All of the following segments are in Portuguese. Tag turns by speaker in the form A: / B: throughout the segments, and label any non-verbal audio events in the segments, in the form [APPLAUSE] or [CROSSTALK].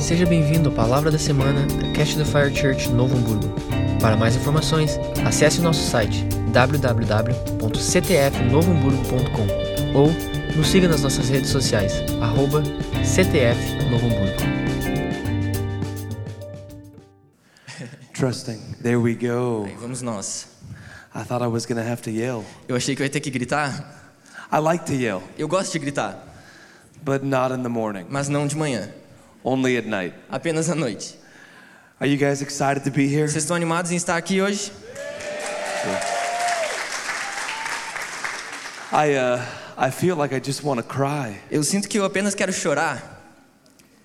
A: Seja bem-vindo à Palavra da Semana da Cash the Fire Church Novo Hamburgo. Para mais informações, acesse o nosso site www.ctfnovohamburgo.com ou nos siga nas nossas redes sociais, arroba CTF Novo Hamburgo.
B: Trusting. There we go.
C: Aí vamos nós.
B: I thought I was going to have to yell.
C: Eu achei que eu ia ter que gritar.
B: I like to yell,
C: Eu gosto de gritar,
B: but not in the morning,
C: mas não de manhã,
B: only at night.
C: apenas à noite.
B: Are you guys excited to be here?
C: Vocês estão animados em estar aqui hoje?
B: I, uh, I feel like I just want to cry.
C: Eu sinto que eu apenas quero chorar.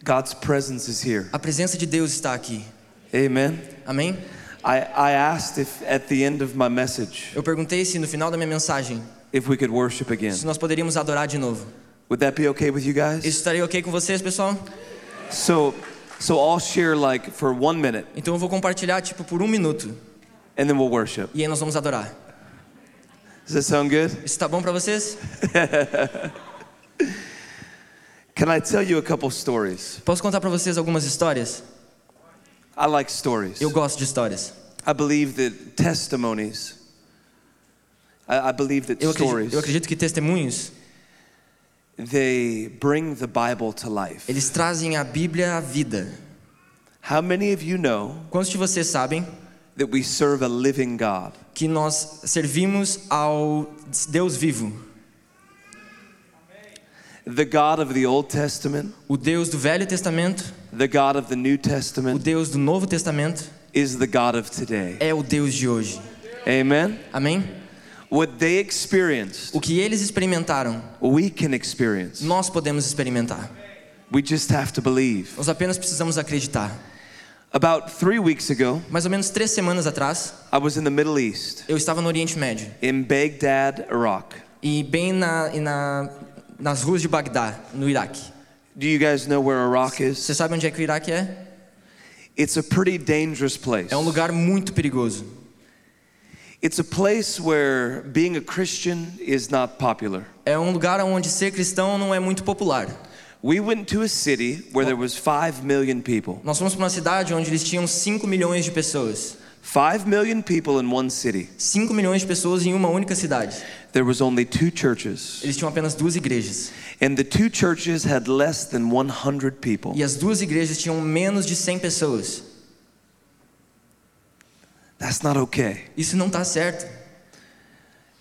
B: God's presence is here.
C: A presença de Deus está aqui.
B: Amen.
C: Amém?
B: I, I asked if at the end of my message
C: Eu perguntei se no final da minha mensagem,
B: if we could worship again.
C: se nós poderíamos adorar de novo.
B: Would that be okay with you
C: Isso
B: guys?
C: estaria ok com vocês, pessoal?
B: So, so I'll share like for one minute,
C: Então eu vou compartilhar, tipo, por um minuto.
B: and then we'll worship.
C: E aí nós vamos adorar.
B: Does that sound good?
C: Isso tá bom pra vocês?
B: Can I tell you a couple stories?
C: Posso contar pra vocês algumas histórias?
B: I like stories.
C: Eu gosto de histórias.
B: I believe that testimonies. I, I believe that
C: Eu
B: stories
C: acredito, eu acredito que testemunhos,
B: they bring the Bible to life.
C: eles trazem a Bíblia à vida.
B: How many of you know
C: Quantos de vocês sabem
B: that we serve a living God?
C: que nós servimos ao Deus vivo,
B: The God of the Old Testament,
C: o Deus do Velho Testamento,
B: the God of the New
C: o
B: Testament
C: Deus do Novo Testamento,
B: is the God of today.
C: é o Deus de hoje.
B: Amen.
C: Amém?
B: What they experienced,
C: O que eles experimentaram,
B: we can experience.
C: nós podemos experimentar.
B: We just have to believe.
C: Nós apenas precisamos acreditar.
B: About 3 weeks ago,
C: Mais ou menos três semanas atrás,
B: I was in the Middle East,
C: eu estava no Oriente Médio
B: in Baghdad, Iraq.
C: e bem na, e na- nas ruas de Bagdá, no Iraque.
B: Do you guys know where Iraq is?
C: Você sabe onde é que o Iraque é?
B: It's a pretty dangerous place.
C: É um lugar muito perigoso.
B: It's a place where being a Christian is not popular.
C: É um lugar onde ser cristão não é muito popular.
B: We went to a city where there was 5 million people.
C: Nós fomos para uma cidade onde eles tinham 5 milhões de pessoas.
B: 5 million people in one city.
C: 5 milhões de pessoas em uma única cidade.
B: There was only two churches,
C: Eles tinham apenas duas igrejas.
B: and the two churches had less than 100 people.
C: E as duas igrejas tinham menos de 100 pessoas.
B: That's not okay.
C: Isso não está certo.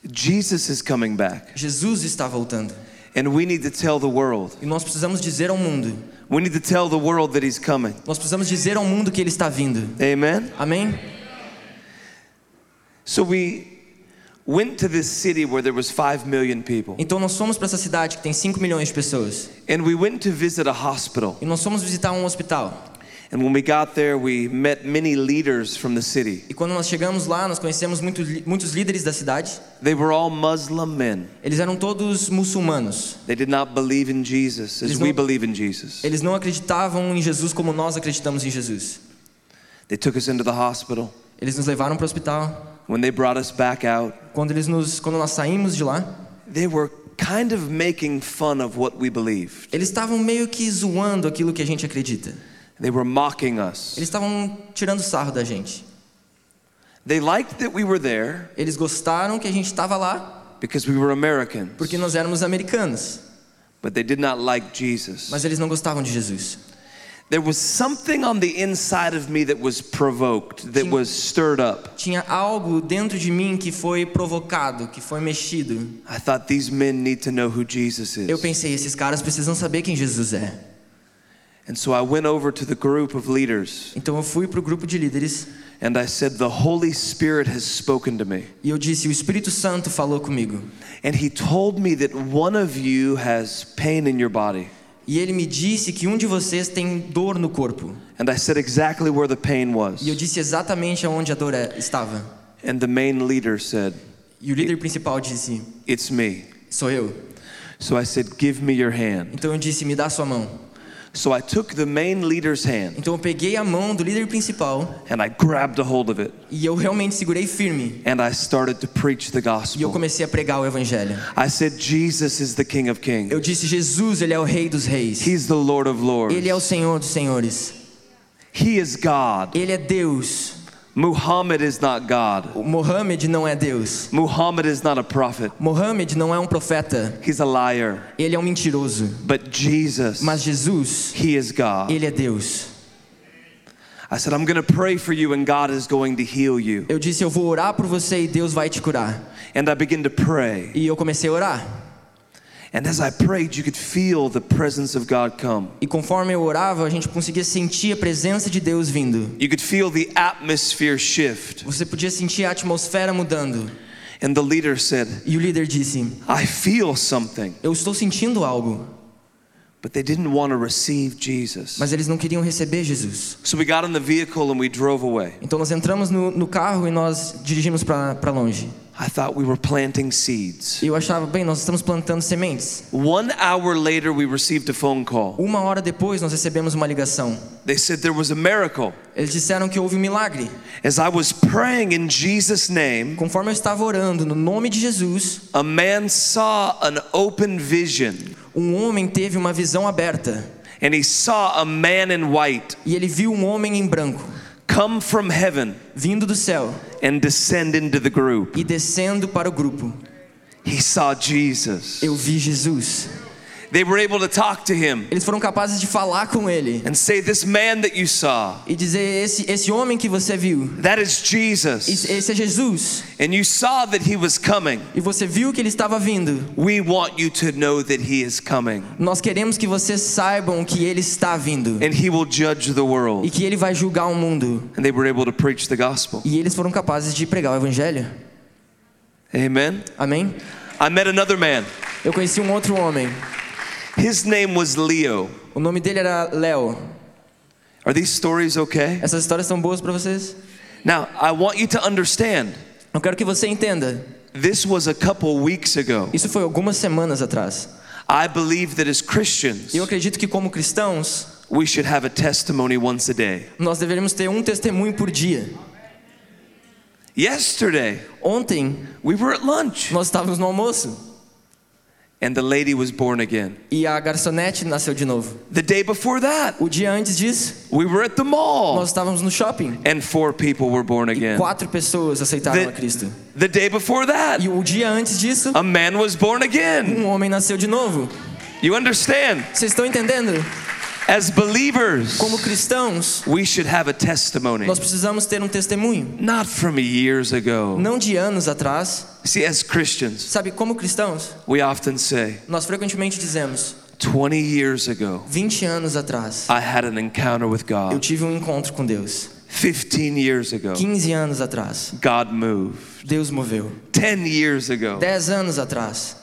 B: Jesus is coming back,
C: Jesus está voltando.
B: and we need to tell the world.
C: E nós precisamos dizer ao mundo.
B: We need to tell the world that he's coming.
C: Nós precisamos dizer ao mundo que ele está vindo.
B: Amen.
C: Amém?
B: So we went to this city where there was 5 million people,
C: Então nós fomos para essa cidade que tem 5 milhões de pessoas.
B: and we went to visit a hospital.
C: E nós fomos visitar um hospital.
B: And when we got there, we met many leaders from the city.
C: E quando nós chegamos lá, nós conhecemos muito, muitos líderes da cidade.
B: They were all Muslim men.
C: Eles eram todos muçulmanos.
B: They did not believe in Jesus as
C: Eles
B: we
C: não-
B: believe in Jesus.
C: Eles não acreditavam em Jesus como nós acreditamos em Jesus.
B: They took us into the hospital.
C: Eles nos levaram para o hospital.
B: When they brought us back out,
C: Quando eles nos, quando nós saímos de lá,
B: they were kind of making fun of what we believed.
C: eles estavam meio que zoando aquilo que a gente acredita.
B: They were mocking us.
C: Eles estavam tirando sarro da gente.
B: They liked that we were there
C: Eles gostaram que a gente estava lá
B: because we were Americans,
C: porque nós éramos americanos,
B: but they did not like Jesus.
C: mas eles não gostavam de Jesus.
B: There was something on the inside of me that was provoked, that
C: Tinha-
B: was stirred up.
C: Tinha algo dentro de mim que foi provocado, que foi mexido.
B: I thought these men need to know who Jesus is.
C: Eu pensei, esses caras precisam saber quem Jesus é.
B: And so I went over to the group of leaders
C: Então eu fui pro grupo de líderes
B: and I said, The Holy Spirit has spoken to me.
C: e eu disse, o Espírito Santo falou comigo.
B: And he told me that one of you has pain in your body.
C: E ele me disse que um de vocês tem dor no corpo.
B: And I said exactly where the pain
C: E eu
B: was.
C: disse exatamente aonde a dor é- estava.
B: And the main leader said,
C: E o líder principal disse:
B: It's me.
C: Sou eu.
B: So I said, Give me your hand.
C: Então eu disse: Me dá sua mão.
B: So I took the main leader's hand
C: Então eu peguei a mão do líder principal
B: and I grabbed a hold of it
C: e eu realmente segurei firme.
B: and I started to preach the
C: E eu
B: gospel.
C: comecei a pregar o evangelho.
B: I said, Jesus is the King of Kings.
C: Eu disse: Jesus, ele é o rei dos reis.
B: He's the Lord of Lords.
C: Ele é o Senhor dos senhores.
B: He is God.
C: Ele é Deus.
B: Muhammad is not God.
C: O Mohammed não é Deus.
B: Muhammad is not a prophet.
C: Mohammed não é um profeta.
B: He's a liar.
C: Ele é um mentiroso.
B: But Jesus,
C: Mas Jesus,
B: He is God.
C: ele é Deus.
B: I said, I'm going to pray for you and God is going to heal you.
C: Eu disse: Eu vou orar por você e Deus vai te curar.
B: And I began to pray.
C: E eu comecei a orar.
B: And as I prayed, you could feel the presence of God come.
C: E conforme eu orava, a gente conseguia sentir a presença de Deus vindo.
B: You could feel the atmosphere shift.
C: Você podia sentir a atmosfera mudando.
B: And the leader said,
C: E o líder disse:
B: I feel something.
C: Eu estou sentindo algo.
B: But they didn't want to receive Jesus.
C: Mas eles não queriam receber Jesus.
B: So we got in the vehicle and we drove away.
C: Então nós entramos no, no carro e nós dirigimos para longe.
B: I thought we were planting seeds.
C: E eu achava: bem, nós estamos plantando sementes.
B: One hour later, we received a phone call.
C: Uma hora depois, nós recebemos uma ligação.
B: They said there was a miracle.
C: Eles disseram que houve um milagre.
B: As I was praying in Jesus' name,
C: Conforme eu estava orando no nome de Jesus,
B: a man saw an open vision
C: um homem teve uma visão aberta
B: and he saw a man in white
C: e ele viu um homem em branco
B: come from heaven
C: vindo do céu
B: and descend into the group.
C: e descendo para o grupo.
B: He saw Jesus.
C: Eu vi Jesus.
B: They were able to talk to him
C: Eles foram capazes de falar com ele
B: and say, This man that you saw,
C: e dizer: esse, esse homem que você viu,
B: that is Jesus.
C: esse esse é Jesus.
B: And you saw that he was coming.
C: E você viu que ele estava vindo.
B: We want you to know that he is coming
C: Nós queremos que vocês saibam que ele está vindo
B: and he will judge the
C: e
B: world.
C: que ele vai julgar o mundo.
B: And they were able to preach the gospel.
C: E eles foram capazes de pregar o evangelho.
B: Amen.
C: Amém?
B: I met another man.
C: Eu conheci um outro homem.
B: His name was Leo.
C: O nome dele era Léo.
B: Are these stories okay?
C: Essas histórias são boas para vocês?
B: Now, I want you to understand
C: Eu quero que você entenda.
B: this was a couple weeks ago.
C: Isso foi algumas semanas atrás.
B: I believe that as Christians,
C: Eu acredito que como cristãos,
B: we should have a testimony once a day.
C: nós deveríamos ter um testemunho por dia.
B: Yesterday,
C: Ontem
B: we were at lunch
C: nós estávamos no almoço
B: and the lady was born again.
C: e a garçonete nasceu de novo.
B: The day before that,
C: O dia antes disso,
B: we were at the
C: nós
B: mall
C: estávamos no shopping
B: and four people were born
C: e
B: again.
C: quatro pessoas aceitaram a Cristo.
B: The day before that,
C: E o dia antes disso,
B: a man was born again.
C: um homem nasceu de novo.
B: You understand?
C: Vocês estão entendendo?
B: As believers,
C: Como cristãos,
B: we should have a testimony.
C: nós precisamos ter um testemunho,
B: Not from years ago.
C: não de anos atrás.
B: See, as Christians,
C: Sabe, como cristãos,
B: we often say,
C: Nós frequentemente dizemos,
B: 20 years ago,
C: 20 anos atrás,
B: I had an encounter with
C: eu
B: God.
C: tive um encontro com Deus.
B: 15 years ago,
C: 15 anos atrás,
B: God moved.
C: Deus moveu.
B: 10 years ago,
C: 10 anos atrás,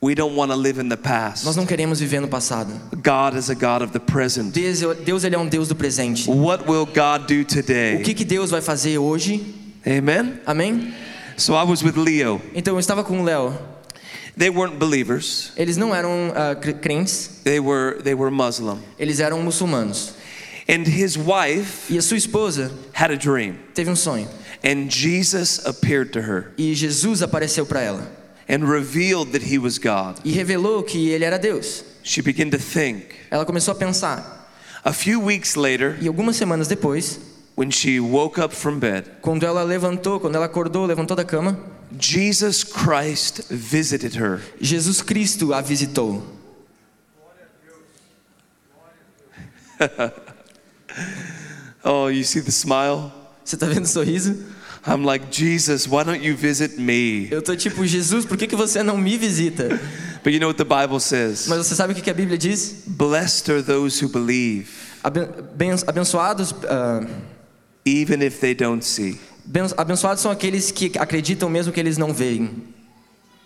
B: we don't want to live in the
C: nós
B: past.
C: não queremos viver no passado.
B: God is a God of the present.
C: Deus, Deus ele é um Deus do presente.
B: What will God do
C: O
B: today?
C: que, que Deus vai fazer hoje?
B: Amen?
C: Amém?
B: So I was with Leo.
C: Então eu estava com o Léo.
B: They weren't believers,
C: Eles não eram ah, cre- crentes,
B: they were, they were Muslim.
C: eles eram muçulmanos.
B: And his wife
C: E a sua esposa
B: had a dream,
C: teve um sonho.
B: and Jesus appeared to her
C: E Jesus apareceu para ela
B: and revealed that he was God.
C: e revelou que ele era Deus.
B: She began to think.
C: Ela começou a pensar.
B: A few weeks later,
C: E algumas semanas depois,
B: when she woke up from bed,
C: Quando ela levantou, quando ela acordou, levantou da cama,
B: Jesus Christ visited her.
C: Jesus Cristo a visitou.
B: Oh, you see the smile?
C: Você tá vendo o sorriso?
B: I'm like, Jesus, why don't you visit me?
C: Eu tô tipo, Jesus, por que, que você não me visita?
B: But you know what the Bible says?
C: Mas você sabe o que, que a Bíblia diz?
B: Blessed are those who believe,
C: Aben ben- abençoados, ah,
B: even if they don't see.
C: ben- abençoados são aqueles que acreditam mesmo que eles não veem.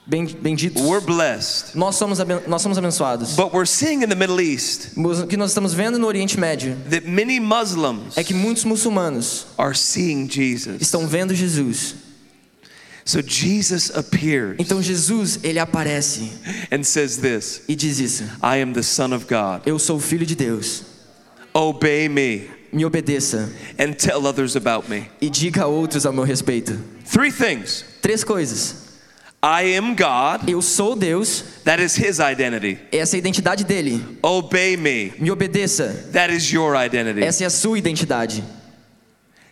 C: Ben benditos.
B: We're blessed.
C: Nós somos, aben- nós somos abençoados.
B: But we're seeing in the Middle East
C: Mas O que nós estamos vendo no Oriente Médio
B: that many Muslims
C: é que muitos muçulmanos
B: are seeing Jesus.
C: estão vendo Jesus.
B: So Jesus appears
C: Então Jesus, ele aparece
B: and says this
C: e diz isso:
B: I am the Son of God.
C: Eu sou o filho de Deus.
B: Obey me
C: Me obedeça
B: and tell others about me.
C: e diga a outros ao meu respeito.
B: Three things
C: Três coisas.
B: I am God,
C: Eu sou Deus,
B: that is his identity.
C: essa é a identidade dele.
B: Obey me,
C: Me obedeça,
B: that is your identity.
C: essa é a sua identidade.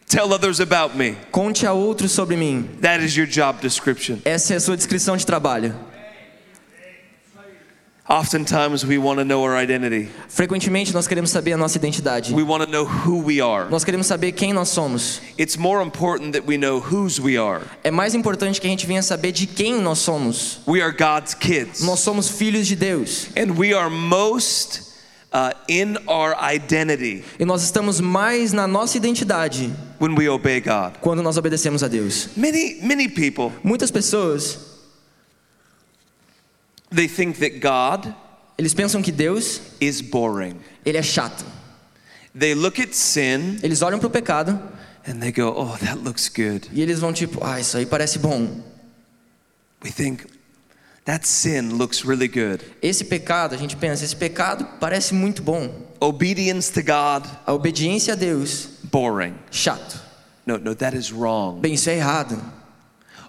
B: Tell others about me,
C: Conte a outros sobre mim,
B: that is your job description.
C: essa é a sua descrição de trabalho.
B: Oftentimes we want to know our identity,
C: Frequentemente nós queremos saber a nossa identidade.
B: we want to know who we are.
C: Nós queremos saber quem nós somos.
B: It's more important that we know whose we are.
C: É mais importante que a gente venha saber de quem nós somos.
B: We are God's kids.
C: Nós somos filhos de Deus
B: And we are most uh, in our identity
C: e nós estamos mais na nossa identidade
B: when we obey God.
C: quando nós obedecemos a Deus.
B: Many, many people,
C: Muitas pessoas,
B: they think that God
C: eles pensam que Deus,
B: is boring.
C: ele é chato.
B: They look at sin
C: Eles olham para o pecado
B: and they go, oh, that looks good.
C: e eles vão tipo, ah, isso aí parece bom.
B: We think, that sin looks really good.
C: Esse pecado, a gente pensa, esse pecado parece muito bom.
B: Obedience to God,
C: A obediência a Deus,
B: boring.
C: chato.
B: No, no, that is wrong.
C: Bem, isso é errado.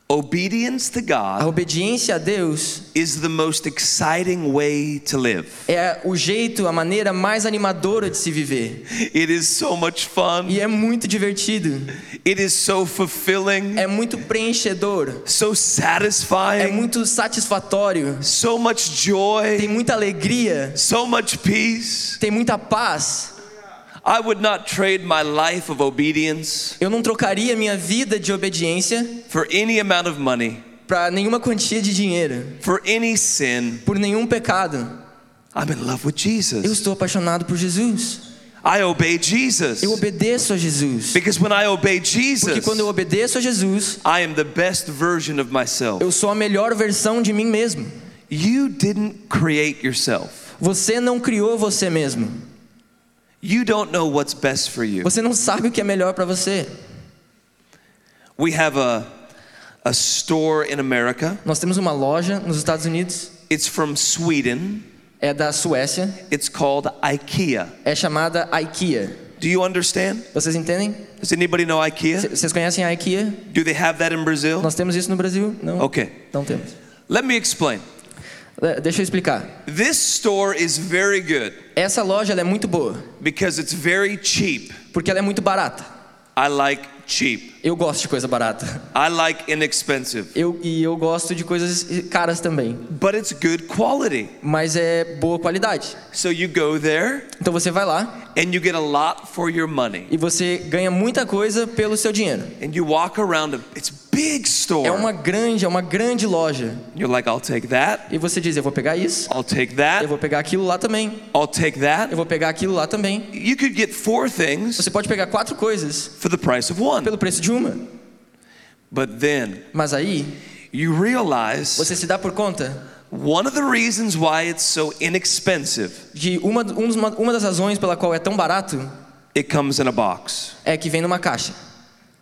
B: Obedience to
C: A
B: God
C: obediência a Deus
B: is the most exciting way to live.
C: é o jeito, a maneira mais animadora de se viver.
B: It is so much fun.
C: E é muito divertido.
B: It is so fulfilling,
C: É muito preenchedor.
B: so
C: É
B: satisfying,
C: muito satisfatório.
B: so much
C: Tem
B: joy,
C: muita alegria.
B: so much peace.
C: Tem muita paz.
B: I would not trade my life of obedience
C: Eu não trocaria minha vida de obediência
B: for any amount of money,
C: para nenhuma quantia de dinheiro,
B: for any sin.
C: por nenhum pecado.
B: I'm in love with
C: Eu
B: Jesus.
C: estou apaixonado por Jesus.
B: I obey Jesus.
C: Eu obedeço a Jesus.
B: Because when I obey
C: Porque
B: Jesus,
C: quando eu obedeço a Jesus,
B: I am the best version of myself.
C: eu sou a melhor versão de mim mesmo.
B: You didn't create yourself.
C: Você não criou você mesmo.
B: You don't know what's best for you.
C: Você não sabe o que é melhor para você.
B: We have a a store in America.
C: Nós temos uma loja nos Estados Unidos,
B: It's from Sweden.
C: é da Suécia,
B: It's called IKEA.
C: é chamada IKEA.
B: Do you understand?
C: Vocês entendem?
B: Does anybody know IKEA?
C: C- Vocês conhecem a IKEA?
B: Do they have that in Brazil?
C: Nós temos isso no Brasil? Não.
B: Okay.
C: Não temos.
B: Let me explain.
C: Le- Deixa eu explicar.
B: This store is very good
C: Essa loja ela é muito boa,
B: because it's very cheap.
C: porque ela é muito barata.
B: I like cheap.
C: Eu gosto de coisa barata.
B: I like inexpensive.
C: Eu, e eu gosto de coisas caras também,
B: But it's good quality.
C: mas é boa qualidade.
B: So you go there
C: Então você vai lá
B: and you get a lot for your money.
C: e você ganha muita coisa pelo seu dinheiro.
B: And you walk around a it's a big store.
C: É uma grande, é uma grande loja.
B: You're like, I'll take that,
C: E você diz, eu vou pegar isso,
B: I'll take
C: eu
B: that,
C: vou pegar aquilo lá também,
B: I'll take
C: eu
B: that.
C: vou pegar aquilo lá também.
B: You could get four things
C: Você pode pegar quatro coisas
B: for the price of one.
C: pelo preço de uma.
B: But then
C: Mas aí,
B: you realize
C: você se dá por conta
B: one of the reasons why it's so inexpensive,
C: de uma, um dos- uma, uma das razões pela qual é tão barato
B: it comes in a box.
C: é que vem numa caixa.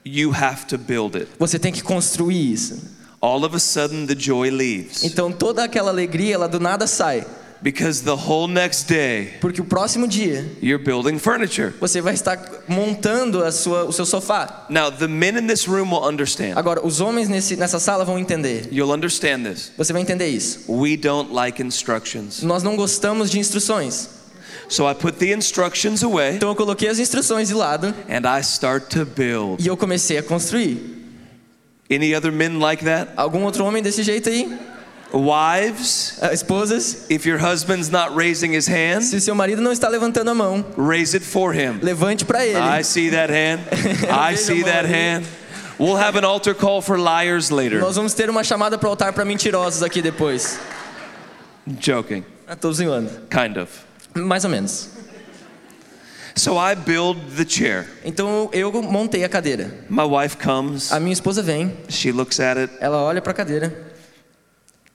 B: You have to build it.
C: Você tem que construir isso.
B: All of a sudden, the joy leaves
C: Então toda aquela alegria, ela do nada sai.
B: because the whole next day
C: Porque o próximo dia,
B: you're building furniture.
C: você vai estar montando a sua, o seu sofá.
B: Now, the men in this room will understand.
C: Agora, os homens nesse, nessa sala vão entender.
B: You'll understand this.
C: Você vai entender isso.
B: We don't like instructions.
C: Nós não gostamos de instruções.
B: So I put the instructions away
C: Então eu coloquei as instruções de lado
B: and I start to build.
C: e eu comecei a construir.
B: Any other men like that?
C: Algum outro homem desse jeito aí?
B: Wives,
C: Ah, Esposas,
B: if your husband's not raising his hand,
C: se seu marido não está levantando a mão,
B: raise it for him.
C: levante para ele.
B: I see that hand. I see that hand. We'll have an altar call for liars later.
C: Nós vamos ter uma chamada para altar para mentirosos aqui depois.
B: Joking,
C: Ah, Tô zoando.
B: kind of.
C: Mais ou menos.
B: So I build the chair.
C: Então eu montei a cadeira.
B: My wife comes,
C: A minha esposa vem,
B: she looks at it.
C: ela olha para a cadeira.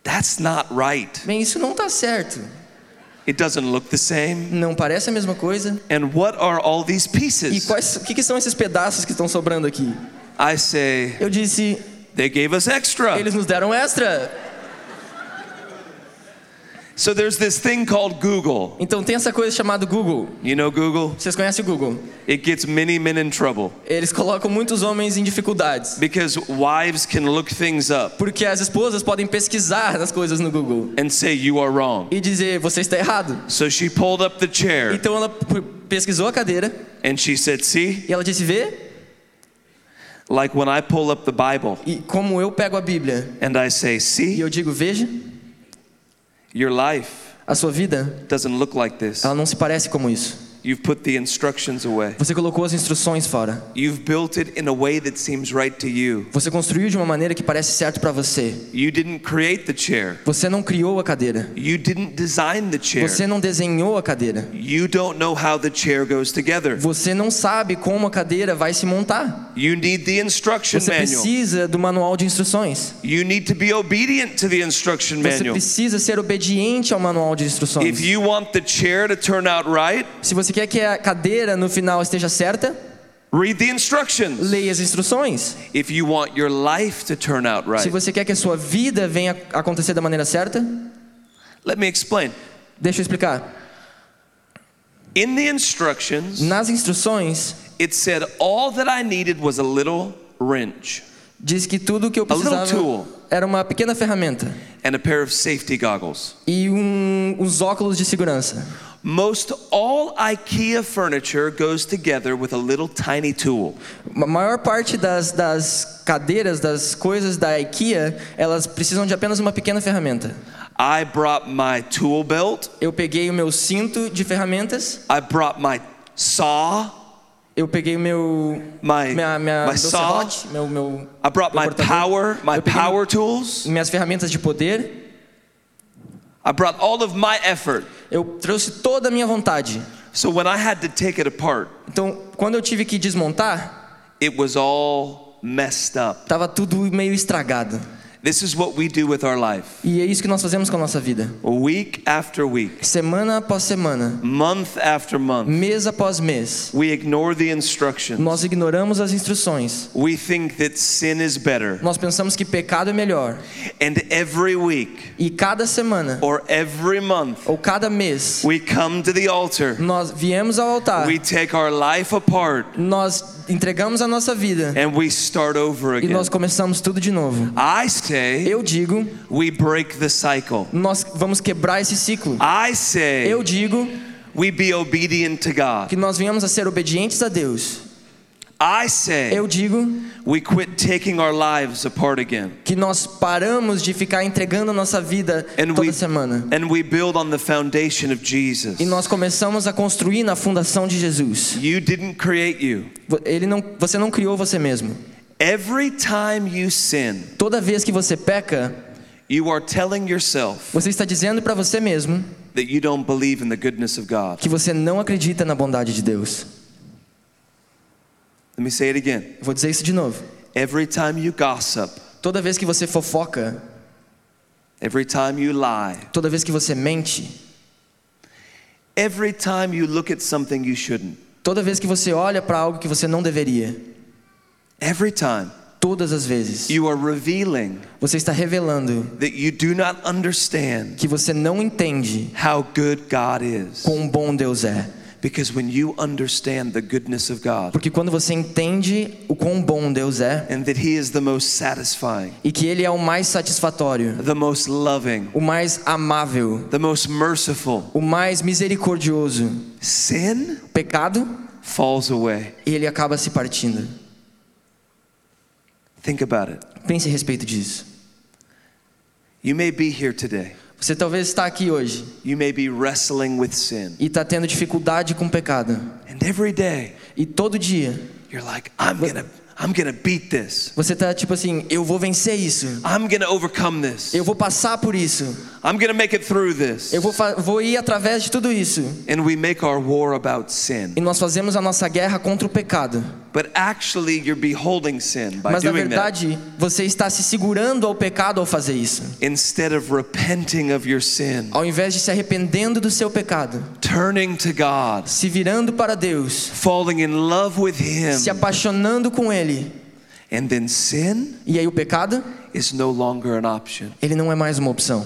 B: That's not right.
C: Bem, isso não tá certo.
B: It doesn't look the same.
C: Não parece a mesma coisa?
B: And what are all these
C: E
B: pieces?
C: quais, o que, que são esses pedaços que estão sobrando aqui?
B: I say,
C: Eu disse,
B: They gave us extra.
C: Eles nos deram extra.
B: So there's this thing called Google.
C: Então tem essa coisa chamada Google.
B: You know Google?
C: Vocês conhecem o Google?
B: It gets many men in trouble
C: Eles colocam muitos homens em dificuldades.
B: because wives can look things up
C: Porque as esposas podem pesquisar as coisas no Google
B: and say you are wrong.
C: e dizer você está errado.
B: So she pulled up the chair
C: Então ela p- pesquisou a cadeira
B: and she said, "See,
C: e ela disse: Vê
B: like when I pull up the Bible
C: e como eu pego a Bíblia.
B: and I say,
C: E
B: 'See,
C: eu digo: Veja,
B: your life
C: a sua vida
B: doesn't look like this.
C: ela não se parece como isso.
B: You've put the instructions away.
C: Você colocou as instruções fora.
B: You've built it in a way that seems right to you.
C: Você construiu de uma maneira que parece certo para você.
B: You didn't create the chair.
C: Você não criou a cadeira.
B: You didn't design the chair.
C: Você não desenhou a cadeira.
B: You don't know how the chair goes together.
C: Você não sabe como a cadeira vai se montar.
B: You need the instruction
C: Você
B: manual.
C: precisa do manual de instruções.
B: You need to be obedient to the instruction
C: Você
B: manual.
C: precisa ser obediente ao manual de
B: If
C: instruções.
B: you want the chair to turn out right,
C: Se você quer que a cadeira no final esteja certa,
B: read the instructions.
C: leia as instruções.
B: If you want your life to turn out
C: Se
B: right,
C: você quer que a sua vida venha a acontecer da maneira certa,
B: let me explain.
C: deixa eu explicar.
B: In the instructions,
C: Nas instruções,
B: it said all that I needed was a little wrench
C: diz que tudo o que eu
B: little
C: precisava
B: tool.
C: era uma pequena ferramenta
B: and a pair of safety goggles.
C: e um, uns óculos de segurança.
B: Most all IKEA furniture goes together with a little tiny tool.
C: A maior parte das, das cadeiras, das coisas da IKEA, elas precisam de apenas uma pequena ferramenta.
B: I brought my tool belt,
C: Eu peguei o meu cinto de ferramentas,
B: I brought my saw,
C: eu peguei o meu
B: my,
C: minha, minha
B: my
C: meu
B: saw,
C: serrote, meu, meu,
B: I brought
C: meu
B: my
C: cortador.
B: power, my
C: Eu peguei
B: power tools.
C: minhas ferramentas de poder.
B: I brought all of my effort.
C: Eu trouxe toda a minha vontade.
B: So when I had to take it apart,
C: Então, quando eu tive que desmontar,
B: it was all messed up.
C: tava tudo meio estragado.
B: This is what we do with our life.
C: E é isso que nós fazemos com a nossa vida.
B: Week after week,
C: Semana após semana,
B: month after month,
C: mês após mês,
B: we ignore the instructions.
C: nós ignoramos as instruções.
B: We think that sin is better.
C: Nós pensamos que pecado é melhor.
B: And every week
C: E cada semana
B: or every month,
C: ou cada mês,
B: we come to the altar.
C: nós viemos ao altar,
B: We take our life apart
C: nós entregamos a nossa vida
B: and we start over
C: e
B: again.
C: nós começamos tudo de novo.
B: I say
C: Eu digo,
B: we break the cycle.
C: nós vamos quebrar esse ciclo.
B: I say
C: Eu digo
B: we be obedient to God.
C: que nós venhamos a ser obedientes a Deus.
B: I say
C: Eu digo
B: we quit taking our lives apart again.
C: que nós paramos de ficar entregando a nossa vida
B: And we,
C: toda semana.
B: and we build on the foundation of Jesus.
C: E nós começamos a construir na fundação de Jesus.
B: You didn't create you.
C: Vo- Ele não, você não criou você mesmo.
B: Every time you sin,
C: Toda vez que você peca,
B: you are telling yourself
C: você está dizendo para você mesmo
B: that you don't believe in the goodness of God.
C: que você não acredita na bondade de Deus.
B: Let me say it again.
C: Eu Vou dizer isso de novo.
B: Every time you gossip,
C: Toda vez que você fofoca,
B: every time you lie,
C: toda vez que você mente,
B: every time you look at something you shouldn't,
C: toda vez que você olha para algo que você não deveria,
B: every time
C: todas as vezes,
B: you are revealing
C: você está revelando
B: that you do not understand
C: que você não entende
B: how good God is.
C: quão bom Deus é.
B: Because when you understand the goodness of God
C: Porque quando você entende o quão bom Deus é
B: and that He is the most satisfying,
C: e que Ele é o mais satisfatório,
B: the most loving,
C: o mais amável,
B: the most merciful,
C: o mais misericordioso,
B: sin
C: o pecado,
B: falls away.
C: ele acaba se partindo.
B: Think about it.
C: Pense a respeito disso.
B: You may be here today.
C: Você talvez está aqui hoje
B: You may be wrestling with sin.
C: e está tendo dificuldade com o pecado.
B: And every day
C: E todo dia
B: you're like, I'm going to I'm going to beat this.
C: você está tipo assim, eu vou vencer isso.
B: I'm going to overcome this.
C: Eu vou passar por isso.
B: I'm going to make it through this.
C: Eu vou, fa- vou ir através de tudo isso.
B: And we make our war about sin.
C: E nós fazemos a nossa guerra contra o pecado.
B: But actually you're beholding sin by
C: Mas na
B: doing that.
C: verdade, você está se segurando ao pecado ao fazer isso.
B: Instead of repenting of your sin,
C: Ao invés de se arrependendo do seu pecado,
B: turning to God,
C: se virando para Deus,
B: falling in love with him
C: se apaixonando com Ele
B: And then sin
C: E aí o pecado,
B: is no longer an option.
C: ele não é mais uma opção.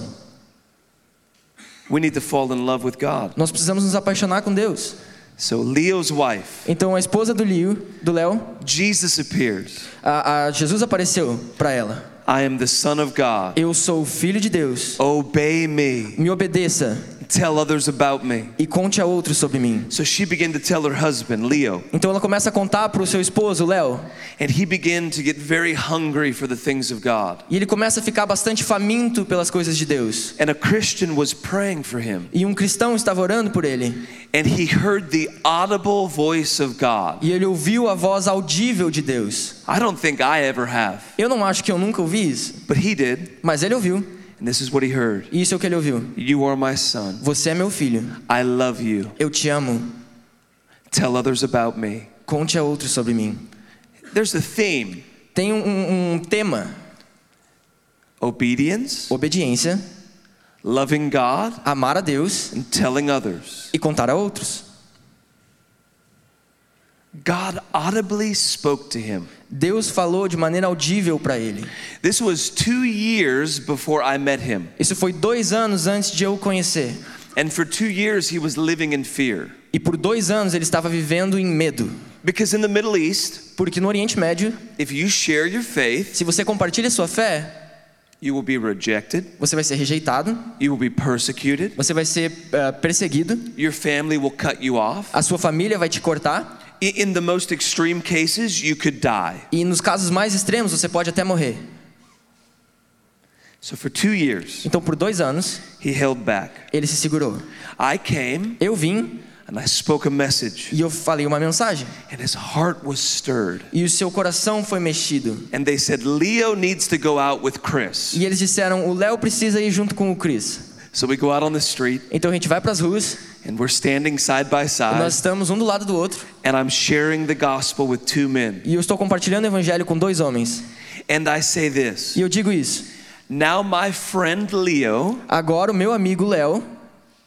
B: We need to fall in love with God.
C: Nós precisamos nos apaixonar com Deus.
B: So Leo's wife,
C: Então a esposa do Liu, do Léo,
B: Jesus appears.
C: a, a Jesus apareceu para ela.
B: I am the son of God.
C: Eu sou o filho de Deus.
B: Obey me.
C: Me obedeça
B: Tell others about me.
C: e conte a outros sobre mim.
B: So she began to tell her husband, Leo,
C: Então ela começa a contar para o seu esposo, Léo,
B: and he began to get very hungry for the things of God.
C: e ele começa a ficar bastante faminto pelas coisas de Deus.
B: And a Christian was praying for him,
C: E um cristão estava orando por ele,
B: and he heard the audible voice of God.
C: e ele ouviu a voz audível de Deus.
B: I don't think I ever have,
C: Eu não acho que eu nunca ouvi isso,
B: but he did,
C: mas ele ouviu.
B: and this is what he heard.
C: E isso é o que ele ouviu.
B: You are my son.
C: Você é meu filho.
B: I love you.
C: Eu te amo.
B: Tell others about me.
C: Conte a outros sobre mim.
B: There's a theme
C: Tem um- um, um tema:
B: obedience,
C: obediência,
B: loving God,
C: amar a Deus
B: and telling others.
C: e contar a outros.
B: God audibly spoke to him.
C: Deus falou de maneira audível para ele.
B: This was two years before I met him.
C: Isso foi dois anos antes de eu o conhecer.
B: And for two years, he was living in fear.
C: E por dois anos ele estava vivendo em medo.
B: Because in the Middle East,
C: Porque no Oriente Médio,
B: if you share your faith,
C: se você compartilha sua fé,
B: you will be rejected,
C: você vai ser rejeitado,
B: you will be persecuted,
C: você vai ser eh, perseguido,
B: your family will cut you off.
C: a sua família vai te cortar,
B: I- In the most extreme cases, you could die.
C: e nos casos mais extremos você pode até morrer.
B: So for two years,
C: Então por dois anos
B: he held back.
C: ele se segurou.
B: I came
C: Eu vim
B: and I spoke a message,
C: e eu falei uma mensagem.
B: and his heart was stirred.
C: E o seu coração foi mexido.
B: And they said, Leo needs to go out with Chris.
C: E eles disseram: o Léo precisa ir junto com o Chris.
B: So we go out on the street,
C: Então a gente vai para as ruas,
B: and we're standing side by side,
C: nós estamos um do lado do outro,
B: and I'm sharing the gospel with two men.
C: e eu estou compartilhando o evangelho com dois homens.
B: And I say this
C: E eu digo isso.
B: Now, my friend Leo,
C: Agora o meu amigo Léo,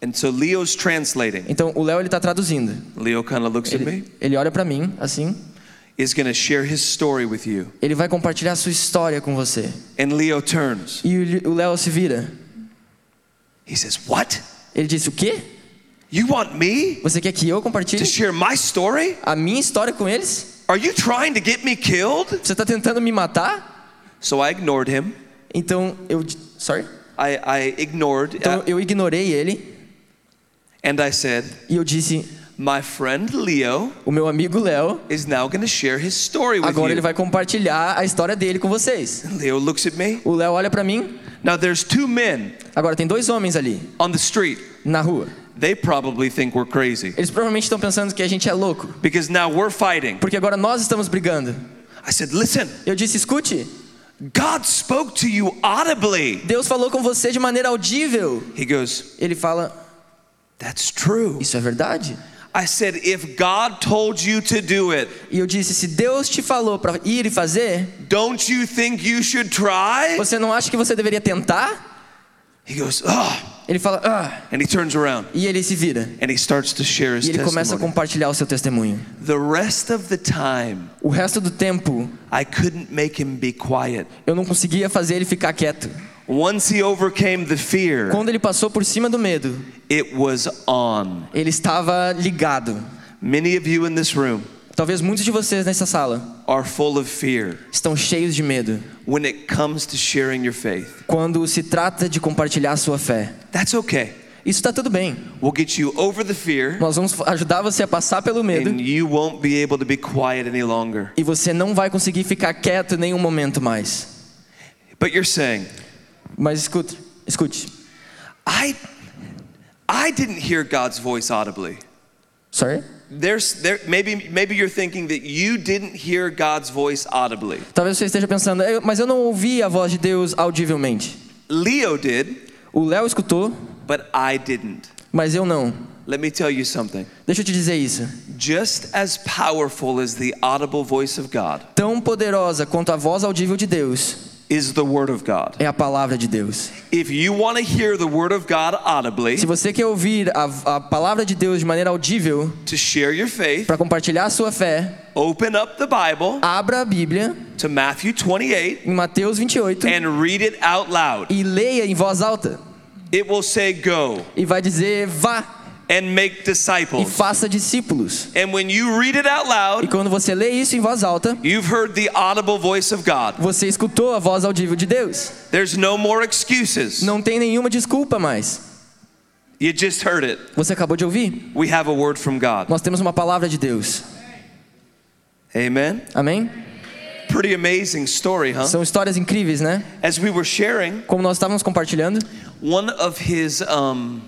B: and so Leo's translating.
C: então o Léo ele tá traduzindo.
B: Leo kind of looks at me,
C: Ele, ele olha para mim assim,
B: is going to share his story with you.
C: ele vai compartilhar a sua história com você.
B: And Leo turns.
C: E o Lé- o Léo se vira.
B: He says, What?
C: Ele disse: "O quê?
B: You want me
C: Você quer que eu
B: to
C: compartilhe
B: share my story?
C: a minha história com eles?
B: Are you trying to get me killed?
C: Você tá tentando me matar?"
B: So I ignored him.
C: Então eu, di- sorry.
B: I, I ignored,
C: Então
B: uh,
C: eu ignorei ele
B: and I said,
C: e eu disse:
B: My friend Leo
C: O meu amigo Léo,
B: is now going to share his story with
C: agora
B: you.
C: ele vai compartilhar a história dele com vocês.
B: Leo looks at me.
C: O Léo olha pra mim.
B: Now there's two men
C: Agora tem dois homens ali
B: on the street.
C: na rua.
B: They probably think we're crazy
C: Eles provavelmente estão pensando que a gente é louco,
B: because now we're fighting.
C: porque agora nós estamos brigando.
B: I said, Listen,
C: Eu disse: "Escute,
B: God spoke to you audibly.
C: Deus falou com você de maneira audível."
B: He goes,
C: Ele fala:
B: That's true.
C: "Isso é verdade?"
B: I said, If God told you to do it,
C: E eu disse: "Se Deus te falou pra ir e fazer,
B: don't you think you should try?
C: você não acha que você deveria tentar?"
B: He goes, Oh,
C: Ele fala: "Ah."
B: and he turns around
C: E ele se vira.
B: and he starts to share his
C: E ele começa a
B: testimony.
C: compartilhar o seu testemunho.
B: The rest of the time,
C: O resto do tempo,
B: I couldn't make him be quiet.
C: eu não conseguia fazer ele ficar quieto.
B: Once he overcame the fear,
C: Quando ele passou por cima do medo,
B: it was on.
C: ele estava ligado.
B: Many of you in this room
C: Talvez muitos de vocês nessa sala
B: are full of fear
C: estão cheios de medo
B: when it comes to sharing your faith.
C: quando se trata de compartilhar a sua fé.
B: That's okay.
C: Isso está tudo bem.
B: We'll get you over the fear
C: Nós vamos ajudar você a passar pelo medo
B: and you won't be able to be quiet any longer.
C: e você não vai conseguir ficar quieto em nenhum momento mais.
B: But you're saying,
C: Mas escute, escute.
B: I I didn't hear God's voice audibly.
C: Sorry?
B: There's there maybe maybe you're thinking that you didn't hear God's voice audibly.
C: Talvez você esteja pensando, "Eu- mas eu não ouvi a voz de Deus audivelmente.
B: Leo did,
C: O Léo escutou,
B: but I didn't.
C: mas eu não.
B: Let me tell you something.
C: Deixa eu te dizer isso.
B: Just as powerful as the audible voice of God
C: Tão poderosa quanto a voz audível de Deus
B: is the Word of God.
C: é a palavra de Deus.
B: If you want to hear the Word of God audibly,
C: Se você quer ouvir a, a palavra de Deus de maneira audível,
B: to share your faith,
C: para compartilhar a sua fé,
B: open up the Bible
C: abra a Bíblia
B: to Matthew 28
C: em Mateus 28
B: and read it out loud.
C: e leia em voz alta.
B: It will say, Go
C: E vai dizer: vá
B: and make
C: e
B: disciples.
C: faça discípulos.
B: And when you read it out
C: E
B: loud,
C: quando você lê isso em voz alta,
B: you've heard the audible voice of God.
C: você escutou a voz audível de Deus.
B: There's no more excuses.
C: Não tem nenhuma desculpa mais.
B: You just heard it.
C: Você acabou de ouvir?
B: We have a word from God.
C: Nós temos uma palavra de Deus.
B: Amen.
C: Amém?
B: Pretty amazing story, huh?
C: São histórias incríveis, né?
B: As we were sharing,
C: Como nós estávamos compartilhando,
B: one of his, um,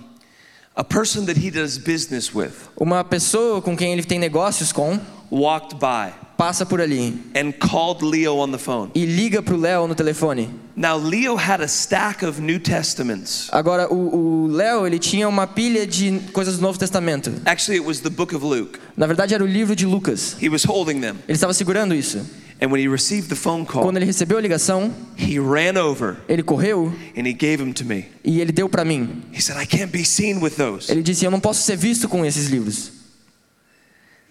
B: a person that he does business with,
C: uma pessoa com quem ele tem negócios com
B: walked by
C: passa por ali
B: and called Leo on the phone.
C: e liga pro Léo no telefone.
B: Now, Leo had a stack of New Testaments.
C: Agora, o o Léo, ele tinha uma pilha de coisas do Novo Testamento.
B: Actually, it was the book of Luke.
C: Na verdade, era o livro de Lucas.
B: He was holding them.
C: Ele estava segurando isso.
B: And when he received the phone call,
C: Quando ele recebeu a ligação,
B: he ran over
C: ele correu
B: and he gave them to me.
C: e ele deu pra mim.
B: He said, I can't be seen with those.
C: Ele disse: "Eu não posso ser visto com esses livros".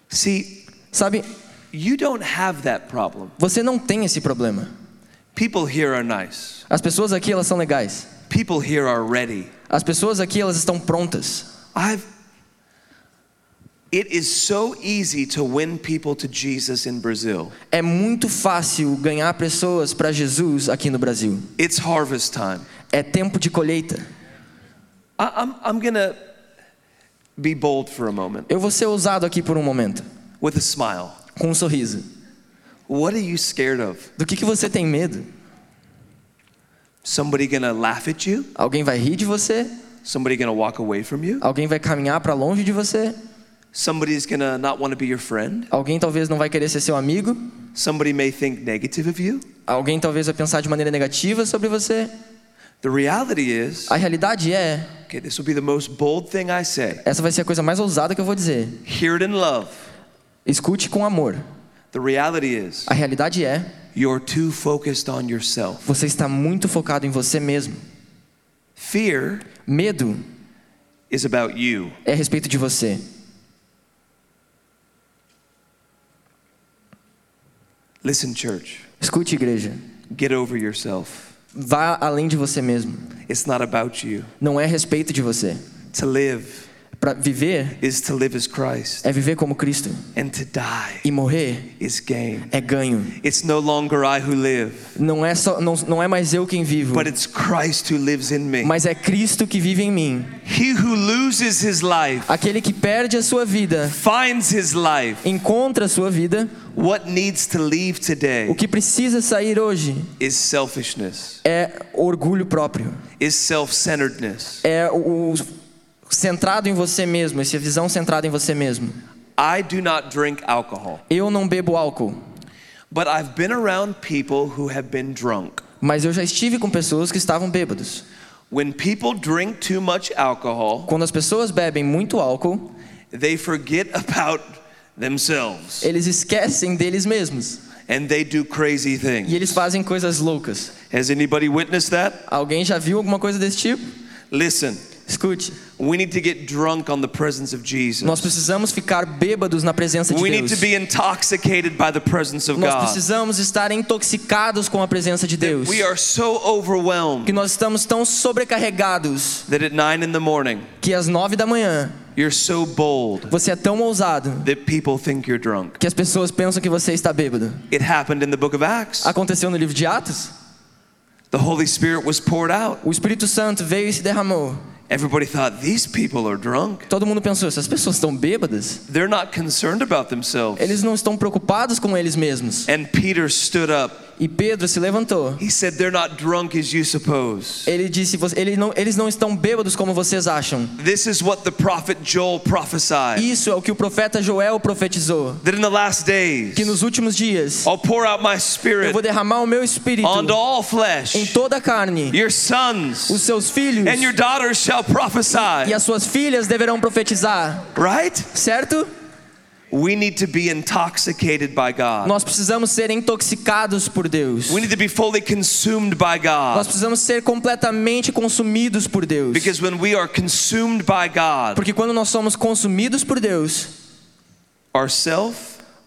B: See,
C: Sabe?
B: you don't have that problem.
C: Você não tem esse problema.
B: People here are nice,
C: As pessoas aqui elas são legais.
B: people here are ready.
C: As pessoas aqui elas estão prontas.
B: I've it is so easy to win people to Jesus in Brazil.
C: É muito fácil ganhar pessoas para Jesus aqui no Brasil.
B: It's harvest time.
C: É tempo de colheita.
B: I, I'm I'm gonna be bold for a moment
C: Eu vou ser ousado aqui por um momento,
B: with a smile.
C: com um sorriso.
B: What are you scared of?
C: Do que, que você tem medo?
B: Somebody gonna laugh at you?
C: Alguém vai rir de você?
B: Somebody gonna walk away from you?
C: Alguém vai caminhar para longe de você?
B: Somebody's gonna not want to be your friend?
C: Alguém talvez não vai querer ser seu amigo?
B: Somebody may think negative of you?
C: Alguém talvez vai pensar de maneira negativa sobre você?
B: The reality is,
C: A realidade é,
B: okay, this will be the most bold thing I say.
C: essa vai ser a coisa mais ousada que eu vou dizer.
B: Hear it in love.
C: Escute com amor.
B: The reality is,
C: A realidade é,
B: you're too focused on yourself.
C: você está muito focado em você mesmo.
B: Fear
C: Medo
B: is about you.
C: é a respeito de você.
B: Listen, church,
C: Escute, igreja.
B: get over yourself.
C: Vá além de você mesmo.
B: It's not about you.
C: Não é a respeito de você.
B: To live
C: Para viver
B: is to live as Christ,
C: é viver como Cristo.
B: and to die
C: E morrer
B: is gain.
C: é ganho.
B: It's no longer I who live,
C: Não é só não, não é mais eu quem vivo,
B: but it's Christ who lives in me.
C: mas é Cristo que vive em mim.
B: He who loses his life
C: Aquele que perde a sua vida
B: finds his life.
C: encontra a sua vida.
B: What needs to leave
C: O
B: today
C: que precisa sair hoje
B: is selfishness,
C: é orgulho próprio.
B: is self centeredness.
C: É o, o centrado em você mesmo, essa visão centrada em você mesmo.
B: I do not drink alcohol,
C: Eu não bebo álcool,
B: but I've been around people who have been drunk.
C: mas eu já estive com pessoas que estavam bêbados.
B: When people drink too much alcohol,
C: Quando as pessoas bebem muito álcool,
B: they forget about themselves
C: eles esquecem deles mesmos
B: and they do crazy
C: e
B: things.
C: eles fazem coisas loucas.
B: Has anybody witnessed that?
C: Alguém já viu alguma coisa desse tipo?
B: Listen,
C: Escute,
B: we need to get drunk on the presence of
C: nós
B: Jesus.
C: precisamos ficar bêbados na presença de
B: We need
C: Deus.
B: to be intoxicated by the presence of
C: Nós
B: God.
C: precisamos estar intoxicados com a presença de Deus.
B: We are so
C: Que
B: overwhelmed
C: nós estamos tão sobrecarregados
B: that at nine in the morning,
C: que às nove da manhã
B: you're so bold
C: você é tão ousado
B: that people think you're drunk.
C: que as pessoas pensam que você está bêbado.
B: It happened in the book of Acts.
C: Aconteceu no livro de Atos,
B: The Holy Spirit was poured out.
C: o Espírito Santo veio e se derramou.
B: Everybody thought, these people are drunk.
C: Todo mundo pensou: essas pessoas estão bêbadas?
B: They're not concerned about themselves.
C: Eles não estão preocupados com eles mesmos.
B: And Peter stood up.
C: E Pedro se levantou.
B: He said, They're not drunk as you suppose.
C: Ele disse: "Vo- ele não- eles não estão bêbados como vocês acham.
B: This is what the prophet Joel prophesied
C: Isso é o que o profeta Joel profetizou.
B: that in the last
C: que
B: days
C: nos últimos dias
B: I'll pour out my
C: eu
B: spirit
C: vou derramar o meu espírito
B: onto all
C: em
B: flesh.
C: toda a carne.
B: Your
C: Os
B: sons
C: seus filhos
B: and your daughters shall
C: e
B: prophesy.
C: as suas filhas deverão profetizar,
B: Right?
C: certo?
B: we need to be intoxicated by God.
C: Nós precisamos ser intoxicados por Deus.
B: We need to be fully consumed by
C: Nós
B: God.
C: precisamos ser completamente consumidos por Deus.
B: Because when we are consumed by God,
C: Porque quando nós somos consumidos por Deus,
B: ourself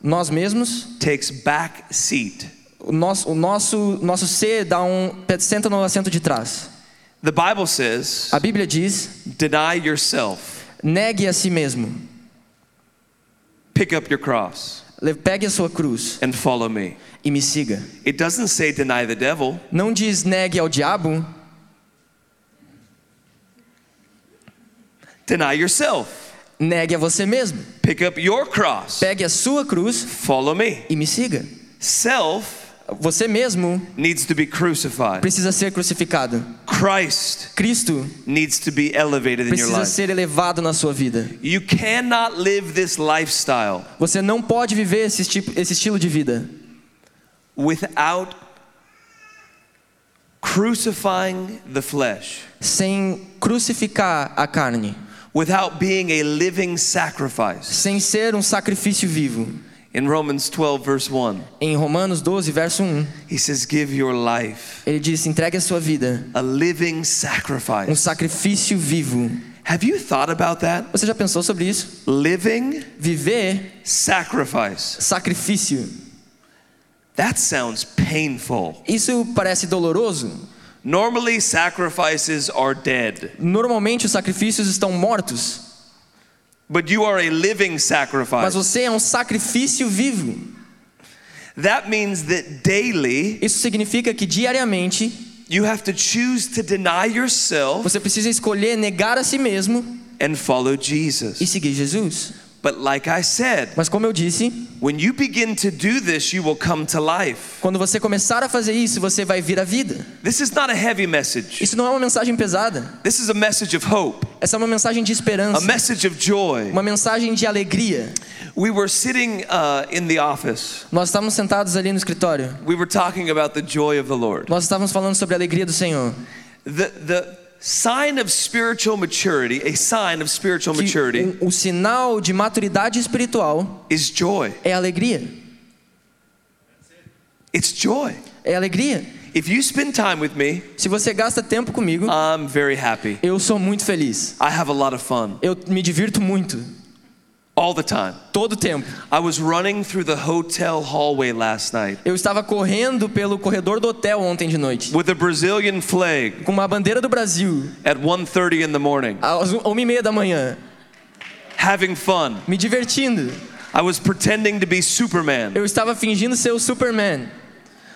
C: nós mesmos,
B: takes back seat.
C: o nosso, o nosso, nosso ser dá um senta no assento de trás.
B: The Bible says,
C: A Bíblia diz:
B: deny yourself,
C: negue a si mesmo,
B: pick up your cross,
C: le- pegue a sua cruz
B: and follow me.
C: e me siga.
B: It doesn't say deny the devil,
C: Não diz negue ao diabo,
B: deny yourself,
C: negue a você mesmo.
B: pick up your cross,
C: Pegue a sua cruz
B: follow me.
C: e me siga.
B: Self
C: Você mesmo
B: needs to be crucified,
C: precisa ser crucificado.
B: Christ
C: Cristo
B: needs to be elevated in your
C: precisa
B: life.
C: ser elevado na sua vida.
B: You cannot live this lifestyle
C: Você não pode viver esse, tipo, esse estilo de vida
B: without crucifying the flesh,
C: sem crucificar a carne,
B: without being a living sacrifice.
C: sem ser um sacrifício vivo.
B: In Romans 12, verse 1,
C: Em Romanos 12, verso 1,
B: he says, Give your life
C: ele diz: entregue a sua vida,
B: a living
C: um
B: sacrifice.
C: sacrifício vivo.
B: Have you thought about that?
C: Você já pensou sobre isso?
B: Living
C: Viver
B: sacrifice.
C: sacrifício.
B: That sounds painful.
C: Isso parece doloroso?
B: Normally, sacrifices are dead,
C: Normalmente os sacrifícios estão mortos,
B: but you are a living
C: mas
B: sacrifice.
C: você é um sacrifício vivo.
B: That means that daily
C: Isso significa que diariamente
B: you have to choose to deny yourself
C: você precisa escolher negar a si mesmo
B: and follow
C: e
B: Jesus.
C: seguir Jesus.
B: But like I said,
C: Mas como eu disse,
B: when you begin to do this, you will come to life.
C: Quando você começar a fazer isso, você vai vir à vida.
B: This is not a heavy message.
C: Isso não é uma mensagem pesada.
B: This is a message of hope,
C: Essa é uma mensagem de
B: a
C: esperança,
B: message of joy.
C: uma mensagem de alegria.
B: We were sitting uh, in the office.
C: Nós estávamos sentados ali no escritório.
B: We were talking about the joy of the Lord.
C: Nós estávamos falando sobre a alegria do Senhor.
B: The, the sign of spiritual maturity, a sign of spiritual
C: Que
B: maturity,
C: o, o sinal de maturidade espiritual
B: is joy.
C: é alegria.
B: It's joy.
C: É alegria.
B: If you spend time with me,
C: Se você gasta tempo comigo,
B: I'm very happy.
C: eu sou muito feliz.
B: I have a lot of fun
C: Eu me divirto muito,
B: all the time.
C: todo tempo.
B: I was running through the hotel hallway last night
C: Eu estava correndo pelo corredor do hotel ontem de noite,
B: with a Brazilian flag.
C: com uma bandeira do Brasil,
B: at 1.30 in the morning
C: às um, uma e meia da manhã,
B: having fun
C: me divertindo.
B: i was pretending to be superman
C: Eu estava fingindo ser o Superman.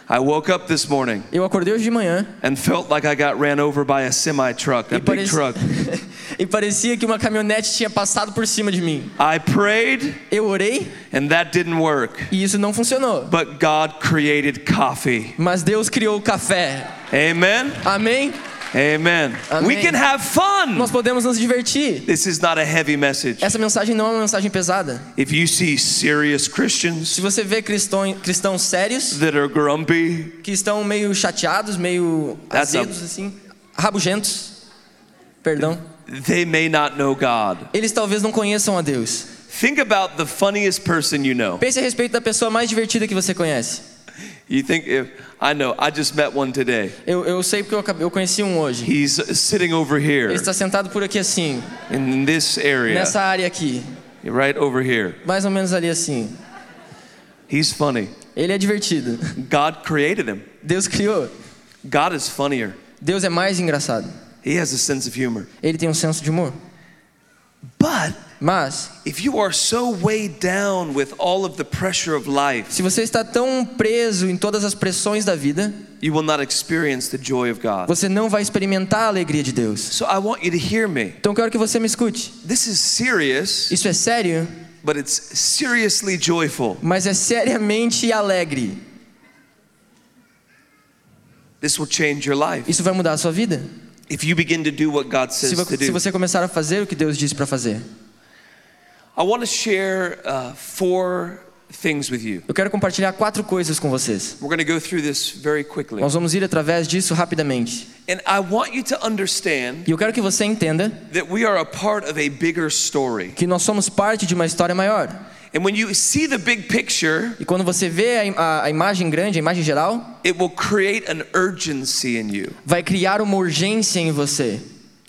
B: i woke up this morning
C: Eu acordei hoje de manhã
B: and felt like i got ran over by a semi truck a
C: e,
B: big
C: parec-
B: truck
C: [LAUGHS] e parecia que uma caminhonete tinha passado por cima de mim.
B: i prayed
C: Eu orei
B: and that didn't work
C: e isso não funcionou.
B: but god created coffee
C: Mas Deus criou o café.
B: amen
C: Amém?
B: amen we
C: Amém.
B: can have fun
C: Nós podemos nos divertir.
B: this is not a heavy message
C: Essa mensagem não é uma mensagem pesada.
B: if you see serious
C: Se
B: christians
C: você vê cristão, cristãos sérios
B: that are grumpy
C: que estão meio chateados, meio
B: That's a-
C: azedos assim, rabugentos, perdão,
B: they may not know god
C: eles talvez não conheçam a Deus.
B: think about the funniest person you know
C: Pense a respeito da pessoa mais divertida que você conhece.
B: you think if i know i just met one today
C: Eu, eu sei porque eu, acabei- eu conheci um hoje.
B: He's sitting over here
C: Ele está sentado por aqui assim,
B: in this area,
C: nessa área aqui,
B: right over here.
C: mais ou menos ali assim.
B: He's funny.
C: Ele é divertido. [LAUGHS]
B: God created him.
C: Deus criou.
B: God is funnier.
C: Deus é mais engraçado.
B: He has a sense of humor.
C: Ele tem um senso de humor.
B: But
C: Mas
B: if you are so weighed down with all of the pressure of life,
C: se você está tão preso em todas as pressões da vida,
B: you will not experience the joy of God.
C: você não vai experimentar a alegria de Deus.
B: So I want you to hear me.
C: Então eu quero que você me escute.
B: This is serious,
C: Isso é sério,
B: but it's seriously joyful.
C: mas é seriamente alegre.
B: This will change your life
C: Isso vai mudar a sua vida?
B: if you begin to do what God
C: Se,
B: says
C: vo-
B: to
C: se
B: do.
C: você começar a fazer o que Deus disse para fazer.
B: I want to share uh, four things with you.
C: Eu quero compartilhar quatro coisas com vocês.
B: We're going to go through this very quickly.
C: Nós vamos ir através disso rapidamente.
B: And I want you to understand
C: E eu quero que você entenda
B: that we are a part of a bigger story.
C: que nós somos parte de uma história maior.
B: And when you see the big picture,
C: E quando você vê a im- a, a imagem grande, a imagem geral,
B: it will create an urgency in you.
C: vai criar uma urgência em você.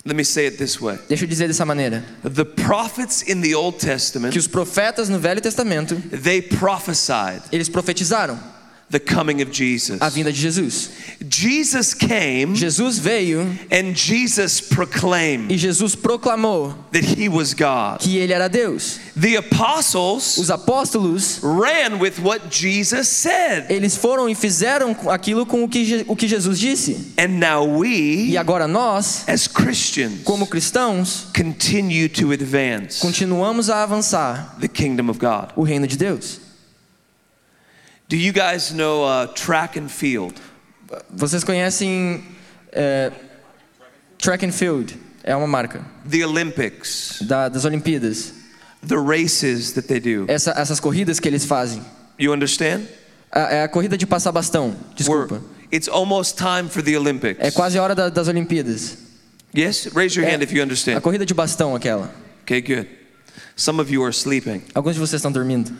B: Let me say it this way
C: Deixa eu dizer dessa maneira:
B: The prophets in the Old Testament,
C: que os profetas no Velho Testamento
B: they prophesied
C: eles profetizaram
B: the coming of Jesus.
C: a vinda de Jesus.
B: Jesus came
C: Jesus veio
B: and Jesus proclaimed
C: e Jesus proclamou
B: that he was God.
C: que ele era Deus.
B: The apostles
C: Os apóstolos
B: ran with what Jesus said.
C: eles foram e fizeram aquilo com o que, Je- o que Jesus disse.
B: And now we,
C: E agora nós,
B: as Christians,
C: como cristãos,
B: continue to advance
C: continuamos a avançar
B: the kingdom of God.
C: o reino de Deus.
B: Do you guys know uh, track and field?
C: Vocês conhecem é, Track and Field? É uma marca
B: The Olympics,
C: da- das Olimpíadas.
B: the races that they do.
C: Essa- essas corridas que eles fazem.
B: You understand?
C: A- É a corrida de passar bastão.
B: We're-
C: Desculpa.
B: it's almost time for the Olympics.
C: É quase a hora da- das Olimpíadas.
B: Yes? Raise your hand if you
C: A
B: understand.
C: corrida de bastão, aquela.
B: Okay, good. Some of you are sleeping.
C: Alguns de vocês estão dormindo.